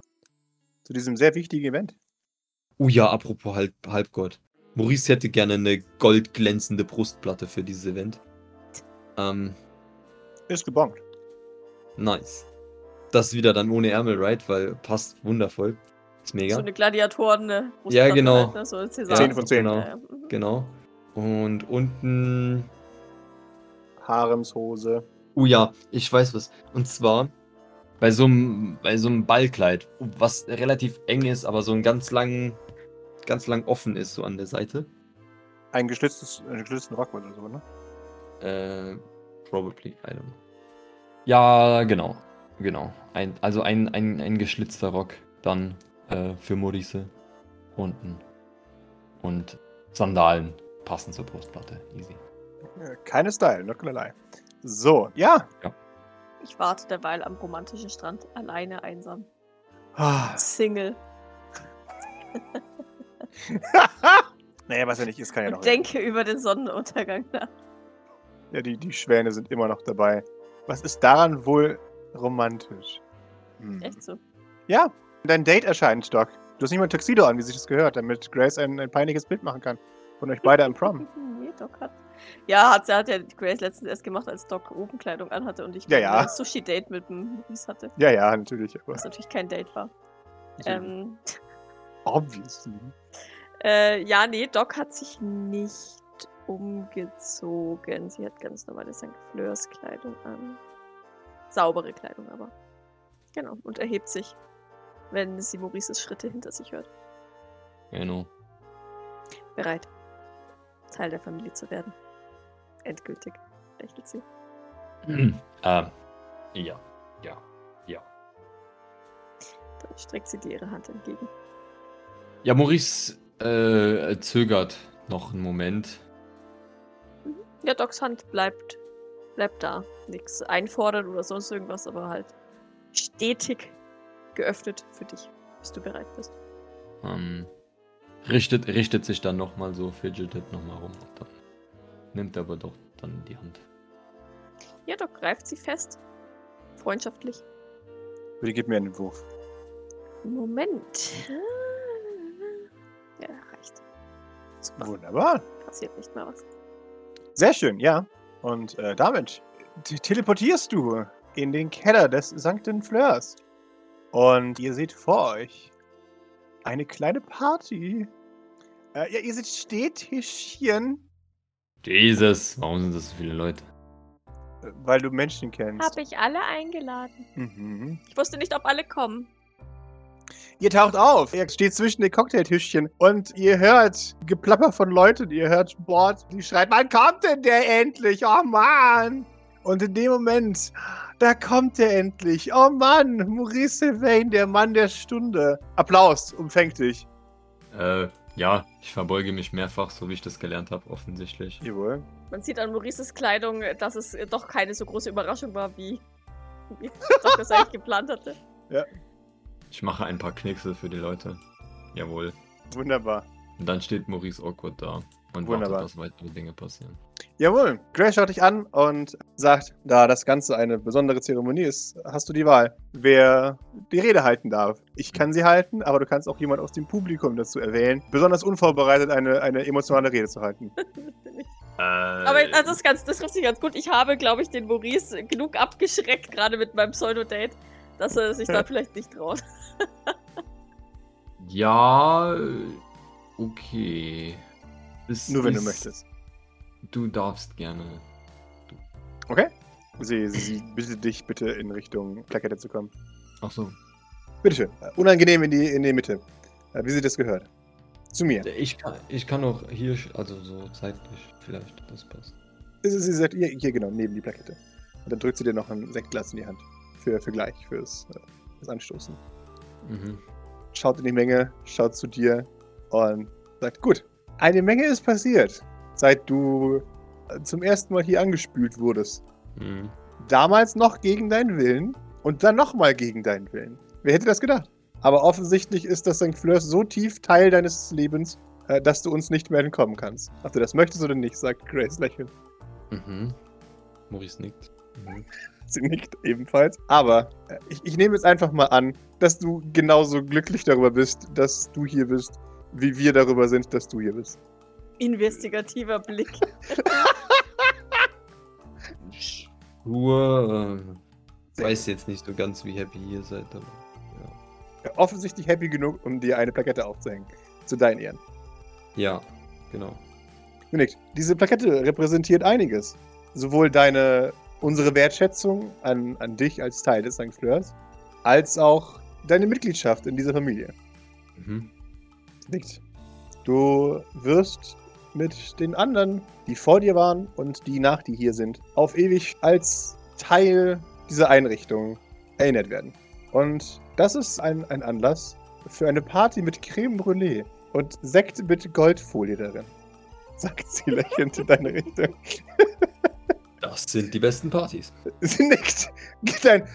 Speaker 2: zu diesem sehr wichtigen Event?
Speaker 4: Oh ja, apropos Halb Halbgott. Maurice hätte gerne eine goldglänzende Brustplatte für dieses Event. Ähm,
Speaker 2: Ist gebongt.
Speaker 4: nice. Das wieder dann ohne Ärmel, right? Weil passt wundervoll. Ist mega.
Speaker 3: So eine Gladiatoren, ne?
Speaker 4: Ja, genau.
Speaker 3: Brustplatte, ne? So
Speaker 4: Ja,
Speaker 3: Cäsar.
Speaker 2: Zehn von zehn.
Speaker 4: Genau,
Speaker 3: Ja, ja. Mhm.
Speaker 4: genau. Und unten
Speaker 2: Haremshose.
Speaker 4: Oh ja, ich weiß was. Und zwar
Speaker 5: Bei so einem, bei so einem Ballkleid,
Speaker 4: was relativ eng ist, aber so ein ganz lang, ganz lang offen ist, so an der Seite.
Speaker 2: Ein geschlitztes, einen geschlitzten Rock oder so, ne?
Speaker 4: Äh, probably, I don't know.
Speaker 5: Ja, genau. Genau. Ein, also ein, ein, ein geschlitzter Rock dann äh, für Maurice unten. Und Sandalen passen zur Brustplatte. Easy.
Speaker 2: Äh, Keine Style, not gonna lie. So, ja.
Speaker 3: Ich warte derweil am romantischen Strand, alleine, einsam.
Speaker 2: Ah.
Speaker 3: Single.
Speaker 2: naja, was ja nicht ist, kann ja noch.
Speaker 3: und denke über den Sonnenuntergang nach.
Speaker 2: Ja, die, die Schwäne sind immer noch dabei. Was ist daran wohl romantisch? Hm.
Speaker 3: Echt so.
Speaker 2: Ja, dein Date erscheint, Doc. Du hast nicht mal ein Tuxedo an, wie sich das gehört, damit Grace ein, ein peinliches Bild machen kann. Von euch beide am Prom.
Speaker 3: nee, Doc hat. Ja, hat, hat ja Grace letztens erst gemacht, als Doc Obenkleidung anhatte und ich
Speaker 2: Ja, ja.
Speaker 3: ein Sushi-Date mit dem Maurice hatte.
Speaker 2: Ja, ja, natürlich. Aber
Speaker 3: Was natürlich kein Date war. Also, Ähm,
Speaker 2: obviously.
Speaker 3: äh, ja, nee, Doc hat sich nicht umgezogen. Sie hat ganz normale St. Fleurs Kleidung an. Saubere Kleidung aber. Genau, und erhebt sich, wenn sie Maurices Schritte hinter sich hört.
Speaker 5: Genau.
Speaker 3: bereit, Teil der Familie zu werden. Endgültig, lächelt sie.
Speaker 5: ähm, ja. Ja. Ja.
Speaker 3: Dann streckt sie dir ihre Hand entgegen.
Speaker 5: Ja, Maurice äh, zögert noch einen Moment.
Speaker 3: Ja, Docs Hand bleibt, bleibt da. Nichts einfordert oder sonst irgendwas, aber halt stetig geöffnet für dich, bis du bereit bist.
Speaker 5: Ähm, richtet, richtet sich dann nochmal so, fidgetet nochmal rum. Und dann nimmt aber doch dann die Hand.
Speaker 3: Ja, Doc greift sie fest. Freundschaftlich.
Speaker 2: Bitte gib mir einen Wurf.
Speaker 3: Moment. Ah. Ja, reicht. Super.
Speaker 2: Wunderbar.
Speaker 3: Passiert nicht mehr was.
Speaker 2: Sehr schön, ja. Und äh, damit t- teleportierst du in den Keller des Sankten Fleurs. Und ihr seht vor euch eine kleine Party. Äh, ja, ihr seht Stehtischchen,
Speaker 5: Jesus, warum sind das so viele Leute?
Speaker 2: äh, weil du Menschen kennst.
Speaker 3: Habe ich alle eingeladen.
Speaker 2: Mhm.
Speaker 3: Ich wusste nicht, ob alle kommen.
Speaker 2: Ihr taucht auf, ihr steht zwischen den Cocktailtischchen und ihr hört Geplapper von Leuten, ihr hört Bord, die schreit, wann kommt denn der endlich? Oh Mann! Und in dem Moment, da kommt er endlich. Oh Mann, Maurice Sylvain, der Mann der Stunde. Applaus, umfängt dich.
Speaker 5: Äh, ja, ich verbeuge mich mehrfach, so wie ich das gelernt habe, offensichtlich.
Speaker 2: Jawohl.
Speaker 3: Man sieht an Maurices Kleidung, dass es äh, doch keine so große Überraschung war, wie wie Doc das eigentlich geplant hatte.
Speaker 5: Ich mache ein paar Knickse für die Leute. Jawohl.
Speaker 2: Wunderbar.
Speaker 4: Und dann steht Maurice awkward da und
Speaker 2: Wunderbar.
Speaker 4: wartet, dass weitere Dinge passieren.
Speaker 2: Jawohl. Grace schaut dich an und sagt, da das Ganze eine besondere Zeremonie ist, hast du die Wahl, wer die Rede halten darf. Ich kann sie halten, aber du kannst auch jemand aus dem Publikum dazu erwählen, besonders unvorbereitet eine, eine emotionale Rede zu halten. Äh,
Speaker 3: Aber also das, ist ganz, das trifft sich ganz gut. Ich habe, glaube ich, den Maurice genug abgeschreckt, gerade mit meinem Pseudodate, dass er sich da vielleicht nicht traut.
Speaker 4: Ja, äh, okay. Es
Speaker 2: Nur wenn du
Speaker 4: ist-
Speaker 2: möchtest.
Speaker 4: Du darfst gerne.
Speaker 2: Okay? Sie, sie, sie bittet dich bitte in Richtung Plakette zu kommen.
Speaker 4: Ach so.
Speaker 2: Bitteschön. Äh, Unangenehm in die, in die Mitte. Äh, Wie sie das gehört. Zu mir.
Speaker 4: Ich kann, ich kann auch hier, sch- also so zeitlich vielleicht, das passt.
Speaker 2: Sie, sie sagt, hier, hier genau, neben die Plakette. Und dann drückt sie dir noch ein Sektglas in die Hand. Für, für gleich, fürs, äh, fürs Anstoßen.
Speaker 4: Mhm.
Speaker 2: schaut in die Menge, schaut zu dir und sagt, gut, eine Menge ist passiert, seit du äh, zum ersten Mal hier angespült wurdest.
Speaker 4: Mhm.
Speaker 2: Damals noch gegen deinen Willen und dann nochmal gegen deinen Willen. Wer hätte das gedacht? Aber offensichtlich ist das St. Fleurs so tief Teil deines Lebens, äh, dass du uns nicht mehr entkommen kannst. Ob du das möchtest oder nicht, sagt Grace lächelnd.
Speaker 4: Mhm. Maurice nickt. Mhm.
Speaker 2: Sie nickt ebenfalls. Aber äh, ich, ich nehme jetzt einfach mal an, dass du genauso glücklich darüber bist, dass du hier bist, wie wir darüber sind, dass du hier bist.
Speaker 3: Investigativer Blick.
Speaker 4: Ich Nur, ähm, weiß jetzt nicht so ganz, wie happy ihr seid, aber.
Speaker 2: offensichtlich happy genug, um dir eine Plakette aufzuhängen. Zu deinen Ehren.
Speaker 4: Ja, genau.
Speaker 2: Nick, diese Plakette repräsentiert einiges. Sowohl deine, unsere Wertschätzung an, an dich als Teil des St. Fleurs, als auch deine Mitgliedschaft in dieser Familie.
Speaker 4: Mhm.
Speaker 2: Nick, du wirst mit den anderen, die vor dir waren und die nach dir hier sind, auf ewig als Teil dieser Einrichtung erinnert werden. Und das ist ein, ein Anlass für eine Party mit Creme Brûlée und Sekt mit Goldfolie darin, sagt sie lächelnd in deine Richtung.
Speaker 4: Das sind die besten Partys.
Speaker 2: Sie nickt, gibt ein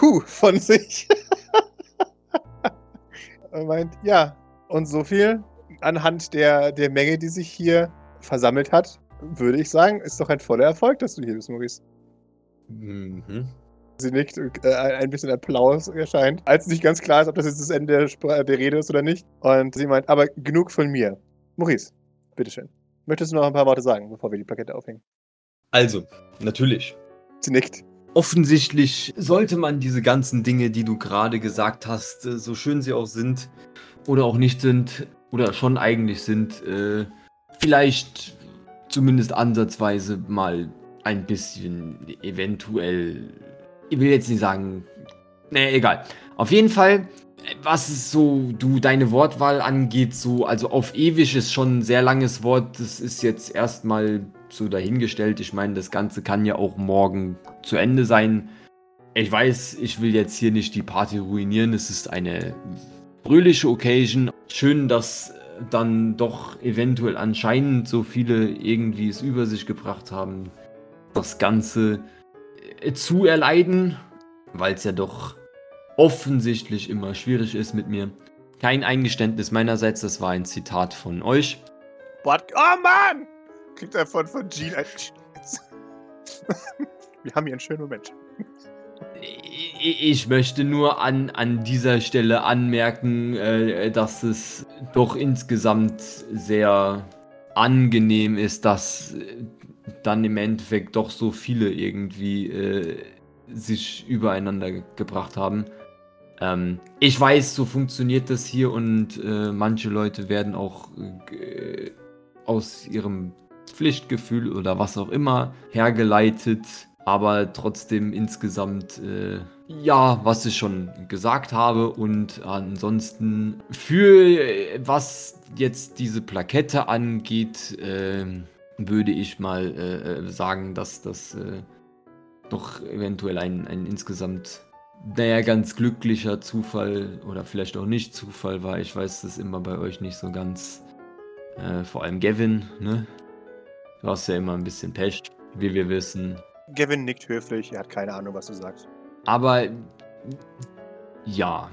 Speaker 2: Huh von sich. und meint, ja, und so viel anhand der, der Menge, die sich hier versammelt hat, würde ich sagen, ist doch ein voller Erfolg, dass du hier bist, Maurice.
Speaker 4: Mhm.
Speaker 2: Sie nickt, und, äh, ein bisschen Applaus erscheint, als nicht ganz klar ist, ob das jetzt das Ende der, Spr- der Rede ist oder nicht. Und sie meint, aber genug von mir. Maurice, bitteschön. Möchtest du noch ein paar Worte sagen, bevor wir die Plakette aufhängen?
Speaker 4: Also, natürlich.
Speaker 2: Sie nickt.
Speaker 4: Offensichtlich sollte man diese ganzen Dinge, die du gerade gesagt hast, äh, so schön sie auch sind oder auch nicht sind oder schon eigentlich sind, äh, vielleicht zumindest ansatzweise mal ein bisschen eventuell, ich will jetzt nicht sagen, nee, egal. Auf jeden Fall, äh, was es so du deine Wortwahl angeht, so also auf ewig ist schon ein sehr langes Wort, das ist jetzt erstmal so dahingestellt. Ich meine, das Ganze kann ja auch morgen zu Ende sein. Ich weiß, ich will jetzt hier nicht die Party ruinieren. Es ist eine fröhliche Occasion. Schön, dass äh, dann doch eventuell anscheinend so viele irgendwie es über sich gebracht haben, das Ganze äh, zu erleiden, weil es ja doch offensichtlich immer schwierig ist mit mir. Kein Eingeständnis meinerseits, das war ein Zitat von euch.
Speaker 2: Bart oh Mann! Kriegt er von, von Jean ein. Wir haben hier einen schönen Moment.
Speaker 4: Ich ich möchte nur an, an dieser Stelle anmerken, äh, dass es doch insgesamt sehr angenehm ist, dass äh, dann im Endeffekt doch so viele irgendwie äh, sich übereinander ge gebracht haben. Ähm, ich weiß, so funktioniert das hier und äh, manche Leute werden auch äh, aus ihrem Pflichtgefühl oder was auch immer hergeleitet, aber trotzdem insgesamt äh, ja, was ich schon gesagt habe und ansonsten für äh, was jetzt diese Plakette angeht, ähm, würde ich mal äh, äh, sagen, dass das äh, doch eventuell ein, ein insgesamt naja, ganz glücklicher Zufall oder vielleicht auch nicht Zufall war. Ich weiß das immer bei euch nicht so ganz. Äh, vor allem Gavin, ne? Du hast ja immer ein bisschen Pech, wie wir wissen.
Speaker 2: Gavin nickt höflich, er hat keine Ahnung, was du sagst.
Speaker 4: Aber ja,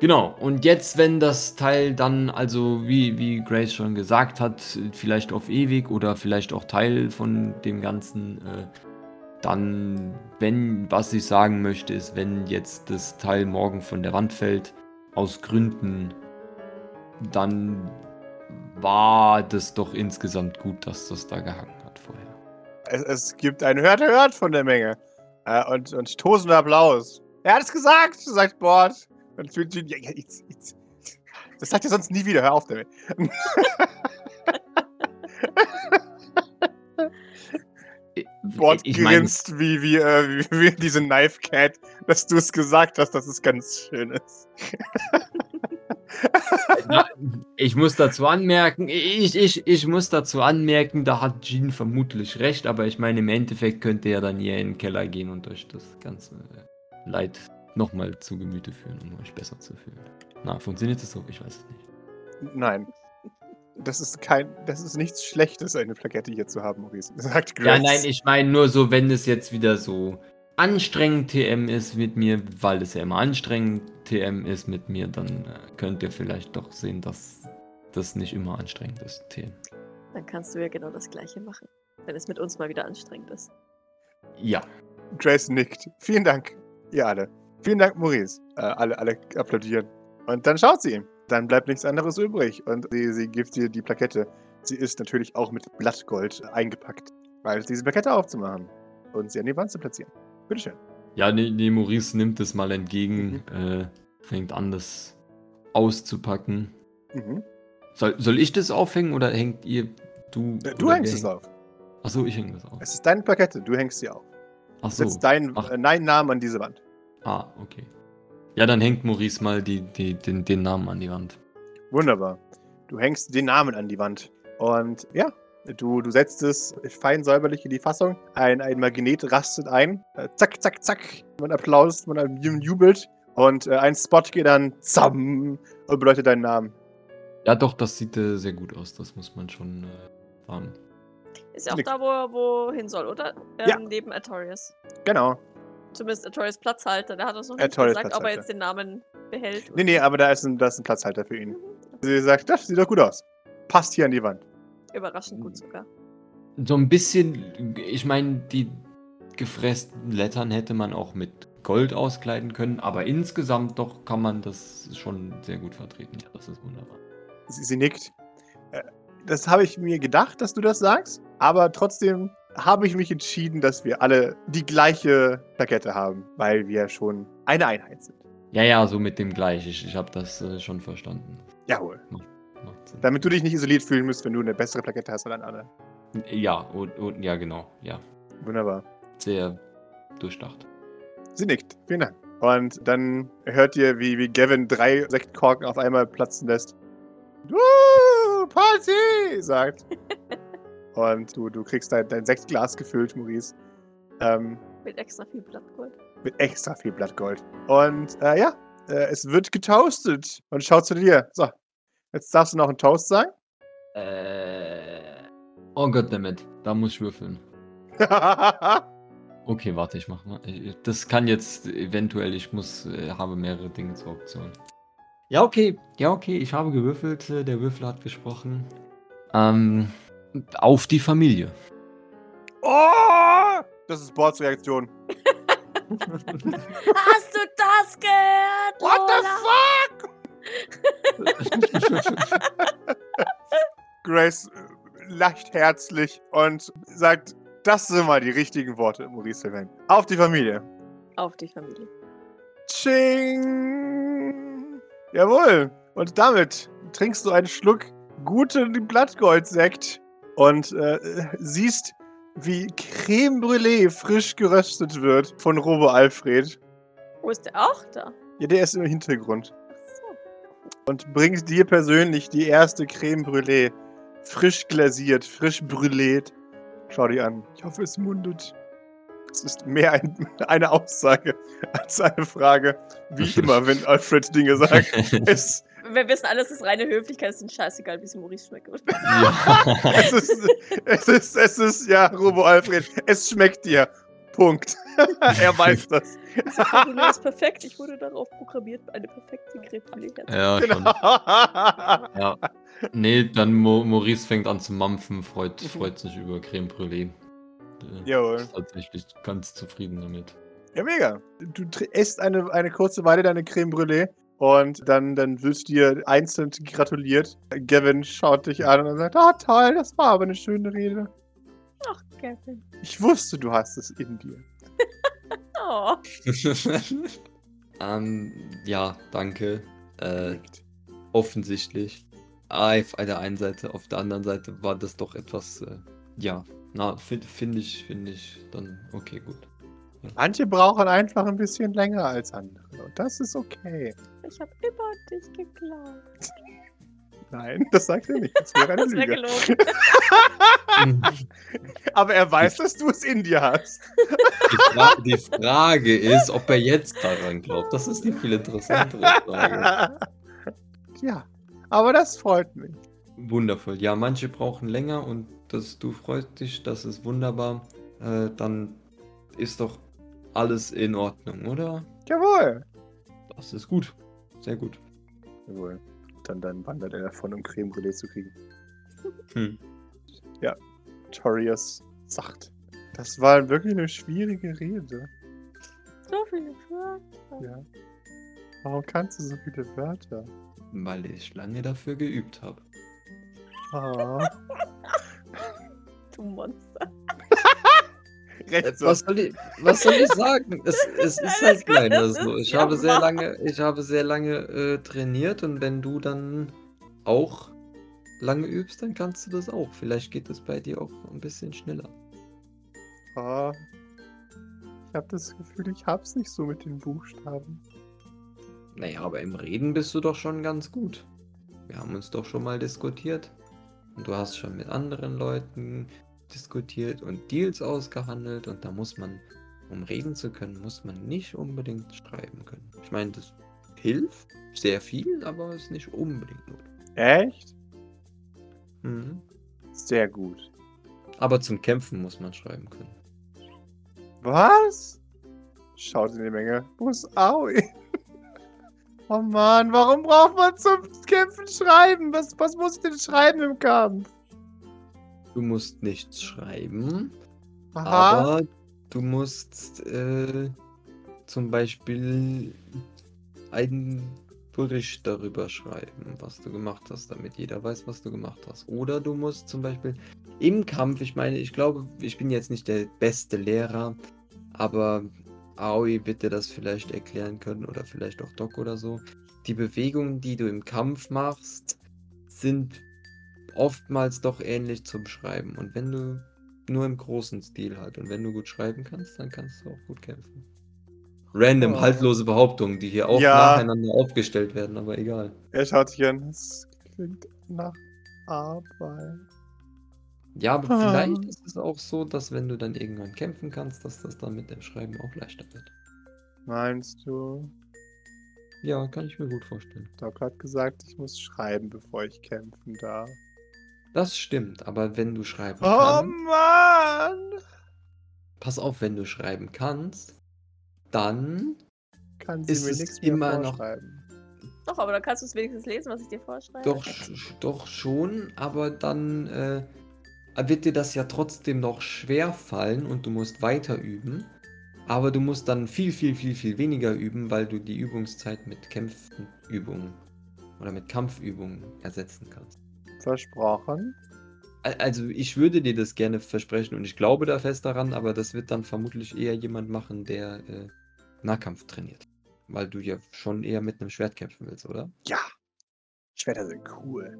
Speaker 4: Genau, und jetzt, wenn das Teil dann, also wie, wie Grace schon gesagt hat, vielleicht auf ewig oder vielleicht auch Teil von dem Ganzen, äh, dann, wenn, was ich sagen möchte, ist, wenn jetzt das Teil morgen von der Wand fällt, aus Gründen, dann war das doch insgesamt gut, dass das da gehangen hat vorher.
Speaker 2: Es, es gibt ein Hört, Hört von der Menge. Äh, und, und tosender Applaus. Er hat es gesagt, sagt Bord. Und fühlt sich- ja, ja, jetzt, jetzt. Das sagt er sonst nie wieder. Hör auf damit. Bord
Speaker 4: ich meine,
Speaker 2: grinst wie, wie, äh, wie, wie diese Knife Cat, dass du es gesagt hast, dass es ganz schön ist.
Speaker 4: ich muss dazu anmerken, ich, ich, ich muss dazu anmerken, da hat Jean vermutlich recht, aber ich meine, im Endeffekt könnt ihr ja dann hier in den Keller gehen und euch das ganze äh, Leid nochmal zu Gemüte führen, um euch besser zu fühlen. Na, funktioniert das so? Ich weiß es nicht.
Speaker 2: Nein. Das ist kein. Das ist nichts Schlechtes, eine Plakette hier zu haben, Maurice. Sagt Grace.
Speaker 4: Ja, nein, ich meine nur so, wenn es jetzt wieder so anstrengend TM ist mit mir, weil es ja immer anstrengend TM ist mit mir, dann äh, könnt ihr vielleicht doch sehen, dass das nicht immer anstrengend ist, TM.
Speaker 3: Dann kannst du ja genau das gleiche machen, wenn es mit uns mal wieder anstrengend ist.
Speaker 4: Ja.
Speaker 2: Grace nickt. Vielen Dank, ihr alle. Vielen Dank, Maurice. Äh, alle, alle applaudieren. Und dann schaut sie ihm. Dann bleibt nichts anderes übrig. Und sie, sie gibt dir die Plakette. Sie ist natürlich auch mit Blattgold eingepackt. Weil diese Plakette aufzumachen und sie an die Wand zu platzieren. Bitteschön.
Speaker 4: Ja, nee, nee Maurice nimmt es mal entgegen, äh, fängt an, das auszupacken.
Speaker 2: Mhm.
Speaker 4: Soll, soll ich das aufhängen oder hängt ihr, du?
Speaker 2: Äh, Du
Speaker 4: oder
Speaker 2: hängst
Speaker 4: wer hängt-
Speaker 2: es auf.
Speaker 4: Achso, ich hänge das auf.
Speaker 2: Es ist deine Plakette. Du hängst sie auf.
Speaker 4: Achso,
Speaker 2: Setz deinen
Speaker 4: Ach.
Speaker 2: äh, deinen Namen an diese Wand.
Speaker 4: ah, okay. Ja, dann hängt Maurice mal die, die, den, den Namen an die Wand.
Speaker 2: Wunderbar. Du hängst den Namen an die Wand. Und ja, du, du setzt es fein säuberlich in die Fassung. Ein, ein Magnet rastet ein. Äh, zack, zack, zack. Man applaust, man jubelt. Und äh, ein Spot geht dann zamm und bedeutet deinen Namen.
Speaker 4: Ja, doch, das sieht äh, sehr gut aus. Das muss man schon äh, sagen.
Speaker 3: Ist ja auch
Speaker 2: Nick.
Speaker 3: da, wo er wohin soll, oder? Ähm,
Speaker 2: Ja.
Speaker 3: Neben Artorias.
Speaker 2: Genau.
Speaker 3: Zumindest Artorias Platzhalter. Der hat uns noch nicht
Speaker 2: Artorias
Speaker 3: gesagt, ob er
Speaker 2: Platzhalter.
Speaker 3: jetzt den Namen behält.
Speaker 2: Nee, nee, aber da ist ein, da ist ein Platzhalter für ihn.
Speaker 3: Mhm.
Speaker 2: Sie sagt, das sieht doch gut aus. Passt hier an die Wand.
Speaker 3: Überraschend
Speaker 2: Hm.
Speaker 3: gut sogar.
Speaker 4: So ein bisschen, ich meine, die gefressten Lettern hätte man auch mit Gold auskleiden können, aber insgesamt doch kann man das schon sehr gut vertreten. Ja, das ist wunderbar.
Speaker 2: Sie, sie nickt. Äh, Das habe ich mir gedacht, dass du das sagst, aber trotzdem habe ich mich entschieden, dass wir alle die gleiche Plakette haben, weil wir schon eine Einheit sind.
Speaker 4: Ja, ja, so mit dem gleich. Ich, ich habe das äh, schon verstanden.
Speaker 2: Jawohl.
Speaker 4: Macht Sinn.
Speaker 2: Damit du dich nicht isoliert fühlen musst, wenn du eine bessere Plakette hast als alle anderen.
Speaker 4: Ja, und, und, ja, genau. Ja,
Speaker 2: Wunderbar.
Speaker 4: sehr durchdacht.
Speaker 2: Sie nickt. Vielen Dank. Und dann hört ihr, wie, wie Gavin drei Sektkorken auf einmal platzen lässt. Uh, Party! sagt. Und du, du kriegst dein, dein Sektglas gefüllt, Maurice. Ähm,
Speaker 3: Mit extra viel Blattgold.
Speaker 2: mit extra viel Blattgold. Und äh, ja, äh, es wird getoastet. Und schau zu dir. So, jetzt darfst du noch einen Toast sagen.
Speaker 4: Äh. Oh Gott damit, da muss ich würfeln.
Speaker 2: ja,
Speaker 4: Okay, warte, ich mach mal. Ich- ich- Das kann jetzt eventuell, ich muss, äh, habe mehrere Dinge zur Option. Ja, okay. Ja, okay, ich habe gewürfelt, äh, der Würfel hat gesprochen. Ähm, auf die Familie.
Speaker 2: oh! Das ist Bords Reaktion.
Speaker 3: Hast du das gehört?
Speaker 2: What the
Speaker 3: Lola?
Speaker 2: fuck? Grace äh, lacht herzlich und sagt, das sind mal die richtigen Worte, Maurice Sylvain. Auf die Familie.
Speaker 3: Auf die Familie.
Speaker 2: Tsching! Jawohl. Und damit trinkst du einen Schluck guten Blattgoldsekt und äh, siehst, wie Creme Brûlée frisch geröstet wird von Robo Alfred.
Speaker 3: Wo ist der auch da?
Speaker 2: Ja, der ist im Hintergrund.
Speaker 3: Ach so.
Speaker 2: Und bringt dir persönlich die erste Creme Brûlée. Frisch glasiert, frisch brûliert. Schau die an. Ich hoffe, es mundet. Es ist mehr ein, eine Aussage als eine Frage. Wie immer, wenn Alfred Dinge sagt. Es,
Speaker 3: Wir wissen alles ist reine Höflichkeit, es ist scheißegal, wie es Maurice schmeckt.
Speaker 4: ja.
Speaker 2: es, ist, es, ist, es ist, ja, Robo Alfred, es schmeckt dir. Punkt. er weiß das.
Speaker 3: Sabrina ist perfekt. Ich wurde darauf programmiert, eine perfekte Kreppfliege.
Speaker 5: Ja, schon.
Speaker 2: Genau.
Speaker 5: Ja. Nee, dann Mo Maurice fängt an zu mampfen, freut, freut sich über Creme Brûlée. Äh,
Speaker 2: Jawohl.
Speaker 5: Ist tatsächlich ganz zufrieden damit.
Speaker 2: Ja, mega. Du tr- isst eine, eine kurze Weile deine Creme Brûlée und dann, dann wird dir einzeln gratuliert. Gavin schaut dich an und sagt, ah toll, das war aber eine schöne Rede.
Speaker 3: Ach, Gavin.
Speaker 2: Ich wusste, du hast es in dir.
Speaker 3: Oh.
Speaker 4: Ähm, ja, danke. Äh, offensichtlich. Ah, auf der einen Seite, auf der anderen Seite war das doch etwas, äh, ja, na, finde find ich, finde ich, dann, okay, gut.
Speaker 2: Manche brauchen einfach ein bisschen länger als andere. Und das ist okay.
Speaker 3: Ich habe immer an dich geglaubt.
Speaker 2: Nein, das sagt er nicht. Das wäre eine
Speaker 3: Das wäre
Speaker 2: Lüge.
Speaker 3: gelogen.
Speaker 2: Aber er weiß, dass du es in dir hast.
Speaker 4: Die, Fra die Frage ist, ob er jetzt daran glaubt. Das ist die viel interessantere Frage.
Speaker 2: ja, aber das freut mich.
Speaker 4: Wundervoll. Ja, manche brauchen länger und das, du freust dich, das ist wunderbar. Äh, dann ist doch alles in Ordnung, oder?
Speaker 2: Jawohl.
Speaker 4: Das ist gut. Sehr gut.
Speaker 2: Jawohl. Dann, dann wandert er davon, um Creme Brûlée zu kriegen.
Speaker 4: Hm.
Speaker 2: Torius sagt. Das war wirklich eine schwierige Rede.
Speaker 3: So viele Fragen.
Speaker 2: Ja. Warum kannst du so viele Wörter?
Speaker 4: Weil ich lange dafür geübt habe.
Speaker 2: Oh.
Speaker 3: Du Monster. Also
Speaker 2: Recht so.
Speaker 4: Was soll ich, was soll ich sagen? Es, es ist halt leider
Speaker 3: Das
Speaker 4: so.
Speaker 3: ist
Speaker 4: Ich
Speaker 3: ja
Speaker 4: habe sehr
Speaker 3: wahr.
Speaker 4: lange, ich habe sehr lange äh, trainiert und wenn du dann auch lange übst, dann kannst du das auch. Vielleicht geht es bei dir auch ein bisschen schneller.
Speaker 2: Oh. Ich habe das Gefühl, ich hab's nicht so mit den Buchstaben.
Speaker 4: Naja, aber im Reden bist du doch schon ganz gut. Wir haben uns doch schon mal diskutiert. Und du hast schon mit anderen Leuten diskutiert und Deals ausgehandelt. Und da muss man, um reden zu können, muss man nicht unbedingt schreiben können. Ich meine, das hilft sehr viel, aber ist nicht unbedingt notwendig.
Speaker 2: Echt?
Speaker 4: Mhm.
Speaker 2: Sehr gut.
Speaker 4: Aber zum Kämpfen muss man schreiben können.
Speaker 2: Was? Schaut in die Menge. Wo ist Aoi? Oh Mann, warum braucht man zum Kämpfen schreiben? Was, was muss ich denn schreiben im Kampf?
Speaker 4: Du musst nichts schreiben,
Speaker 2: Aha.
Speaker 4: Aber du musst äh, zum Beispiel einen Bericht darüber schreiben, was du gemacht hast, damit jeder weiß, was du gemacht hast. Oder du musst zum Beispiel im Kampf, ich meine, ich glaube, ich bin jetzt nicht der beste Lehrer, aber Aoi wird dir das vielleicht erklären können oder vielleicht auch Doc oder so. Die Bewegungen, die du im Kampf machst, sind oftmals doch ähnlich zum Schreiben. Und wenn du nur im großen Stil halt. Und wenn du gut schreiben kannst, dann kannst du auch gut kämpfen. Random,
Speaker 2: Oh.
Speaker 4: haltlose Behauptungen, die hier auch
Speaker 2: Ja.
Speaker 4: nacheinander aufgestellt werden, aber egal.
Speaker 2: Er schaut sich an. Das klingt nach Arbeit.
Speaker 4: Ja, aber
Speaker 2: Ah.
Speaker 4: vielleicht ist es auch so, dass wenn du dann irgendwann kämpfen kannst, dass das dann mit dem Schreiben auch leichter wird.
Speaker 2: Meinst du?
Speaker 4: Ja, kann ich mir gut vorstellen.
Speaker 2: Doc hat gesagt, ich muss schreiben, bevor ich kämpfen darf.
Speaker 4: Das stimmt, aber wenn du schreiben
Speaker 2: Oh
Speaker 4: kannst,
Speaker 2: Mann!
Speaker 4: pass auf, wenn du schreiben kannst, dann
Speaker 2: Kann sie
Speaker 4: Ist
Speaker 2: mir
Speaker 4: es
Speaker 2: nichts mehr
Speaker 4: immer noch-
Speaker 2: vorschreiben.
Speaker 3: Doch, aber dann kannst du es wenigstens lesen, was ich dir vorschreibe.
Speaker 4: Doch, sch- sch- doch schon, aber dann äh, wird dir das ja trotzdem noch schwer fallen und du musst weiter üben. Aber du musst dann viel, viel, viel, viel weniger üben, weil du die Übungszeit mit Kämpfenübungen oder mit Kampfübungen ersetzen kannst.
Speaker 2: Versprochen?
Speaker 4: A- Also ich würde dir das gerne versprechen und ich glaube da fest daran, aber das wird dann vermutlich eher jemand machen, der äh, Nahkampf trainiert. Weil du ja schon eher mit einem Schwert kämpfen willst, oder?
Speaker 2: Ja. Schwerter sind cool.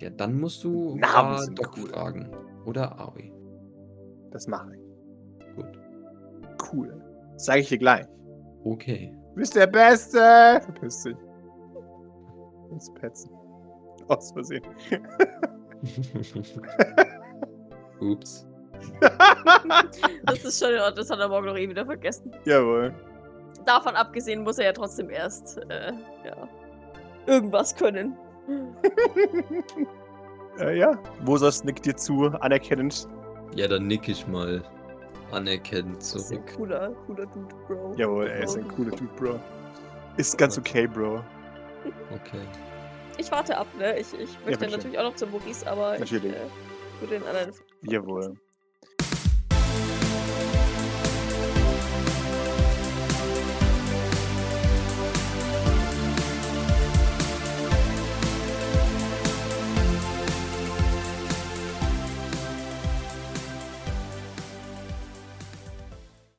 Speaker 4: Ja, dann musst du
Speaker 2: Namen
Speaker 4: äh,
Speaker 2: sind
Speaker 4: Doc
Speaker 2: cool.
Speaker 4: fragen. Oder Aoi.
Speaker 2: Das mache ich.
Speaker 4: Gut.
Speaker 2: Cool. Das sage ich dir gleich.
Speaker 4: Okay.
Speaker 2: Du bist der Beste! Verpiss dich. Ins Petzen. Aus Versehen.
Speaker 4: Ups.
Speaker 3: Das ist schon in Ordnung, das hat er morgen noch eh wieder vergessen.
Speaker 2: Jawohl.
Speaker 3: Davon abgesehen muss er ja trotzdem erst, äh, ja, irgendwas können.
Speaker 2: Äh, ja. Wosas nickt dir zu, anerkennend.
Speaker 4: Ja, dann nick ich mal. anerkennend
Speaker 3: Das ist ein
Speaker 4: zurück.
Speaker 3: cooler, cooler Dude, Bro.
Speaker 2: Jawohl, er ist ein cooler Typ, Bro. Ist ganz okay, Bro.
Speaker 4: Okay.
Speaker 3: Ich warte ab, ne? Ich, ich möchte
Speaker 2: bitteschön.
Speaker 3: natürlich auch noch zu Maurice, aber
Speaker 2: Natürlich.
Speaker 3: ich äh, würde den anderen.
Speaker 2: Jawohl.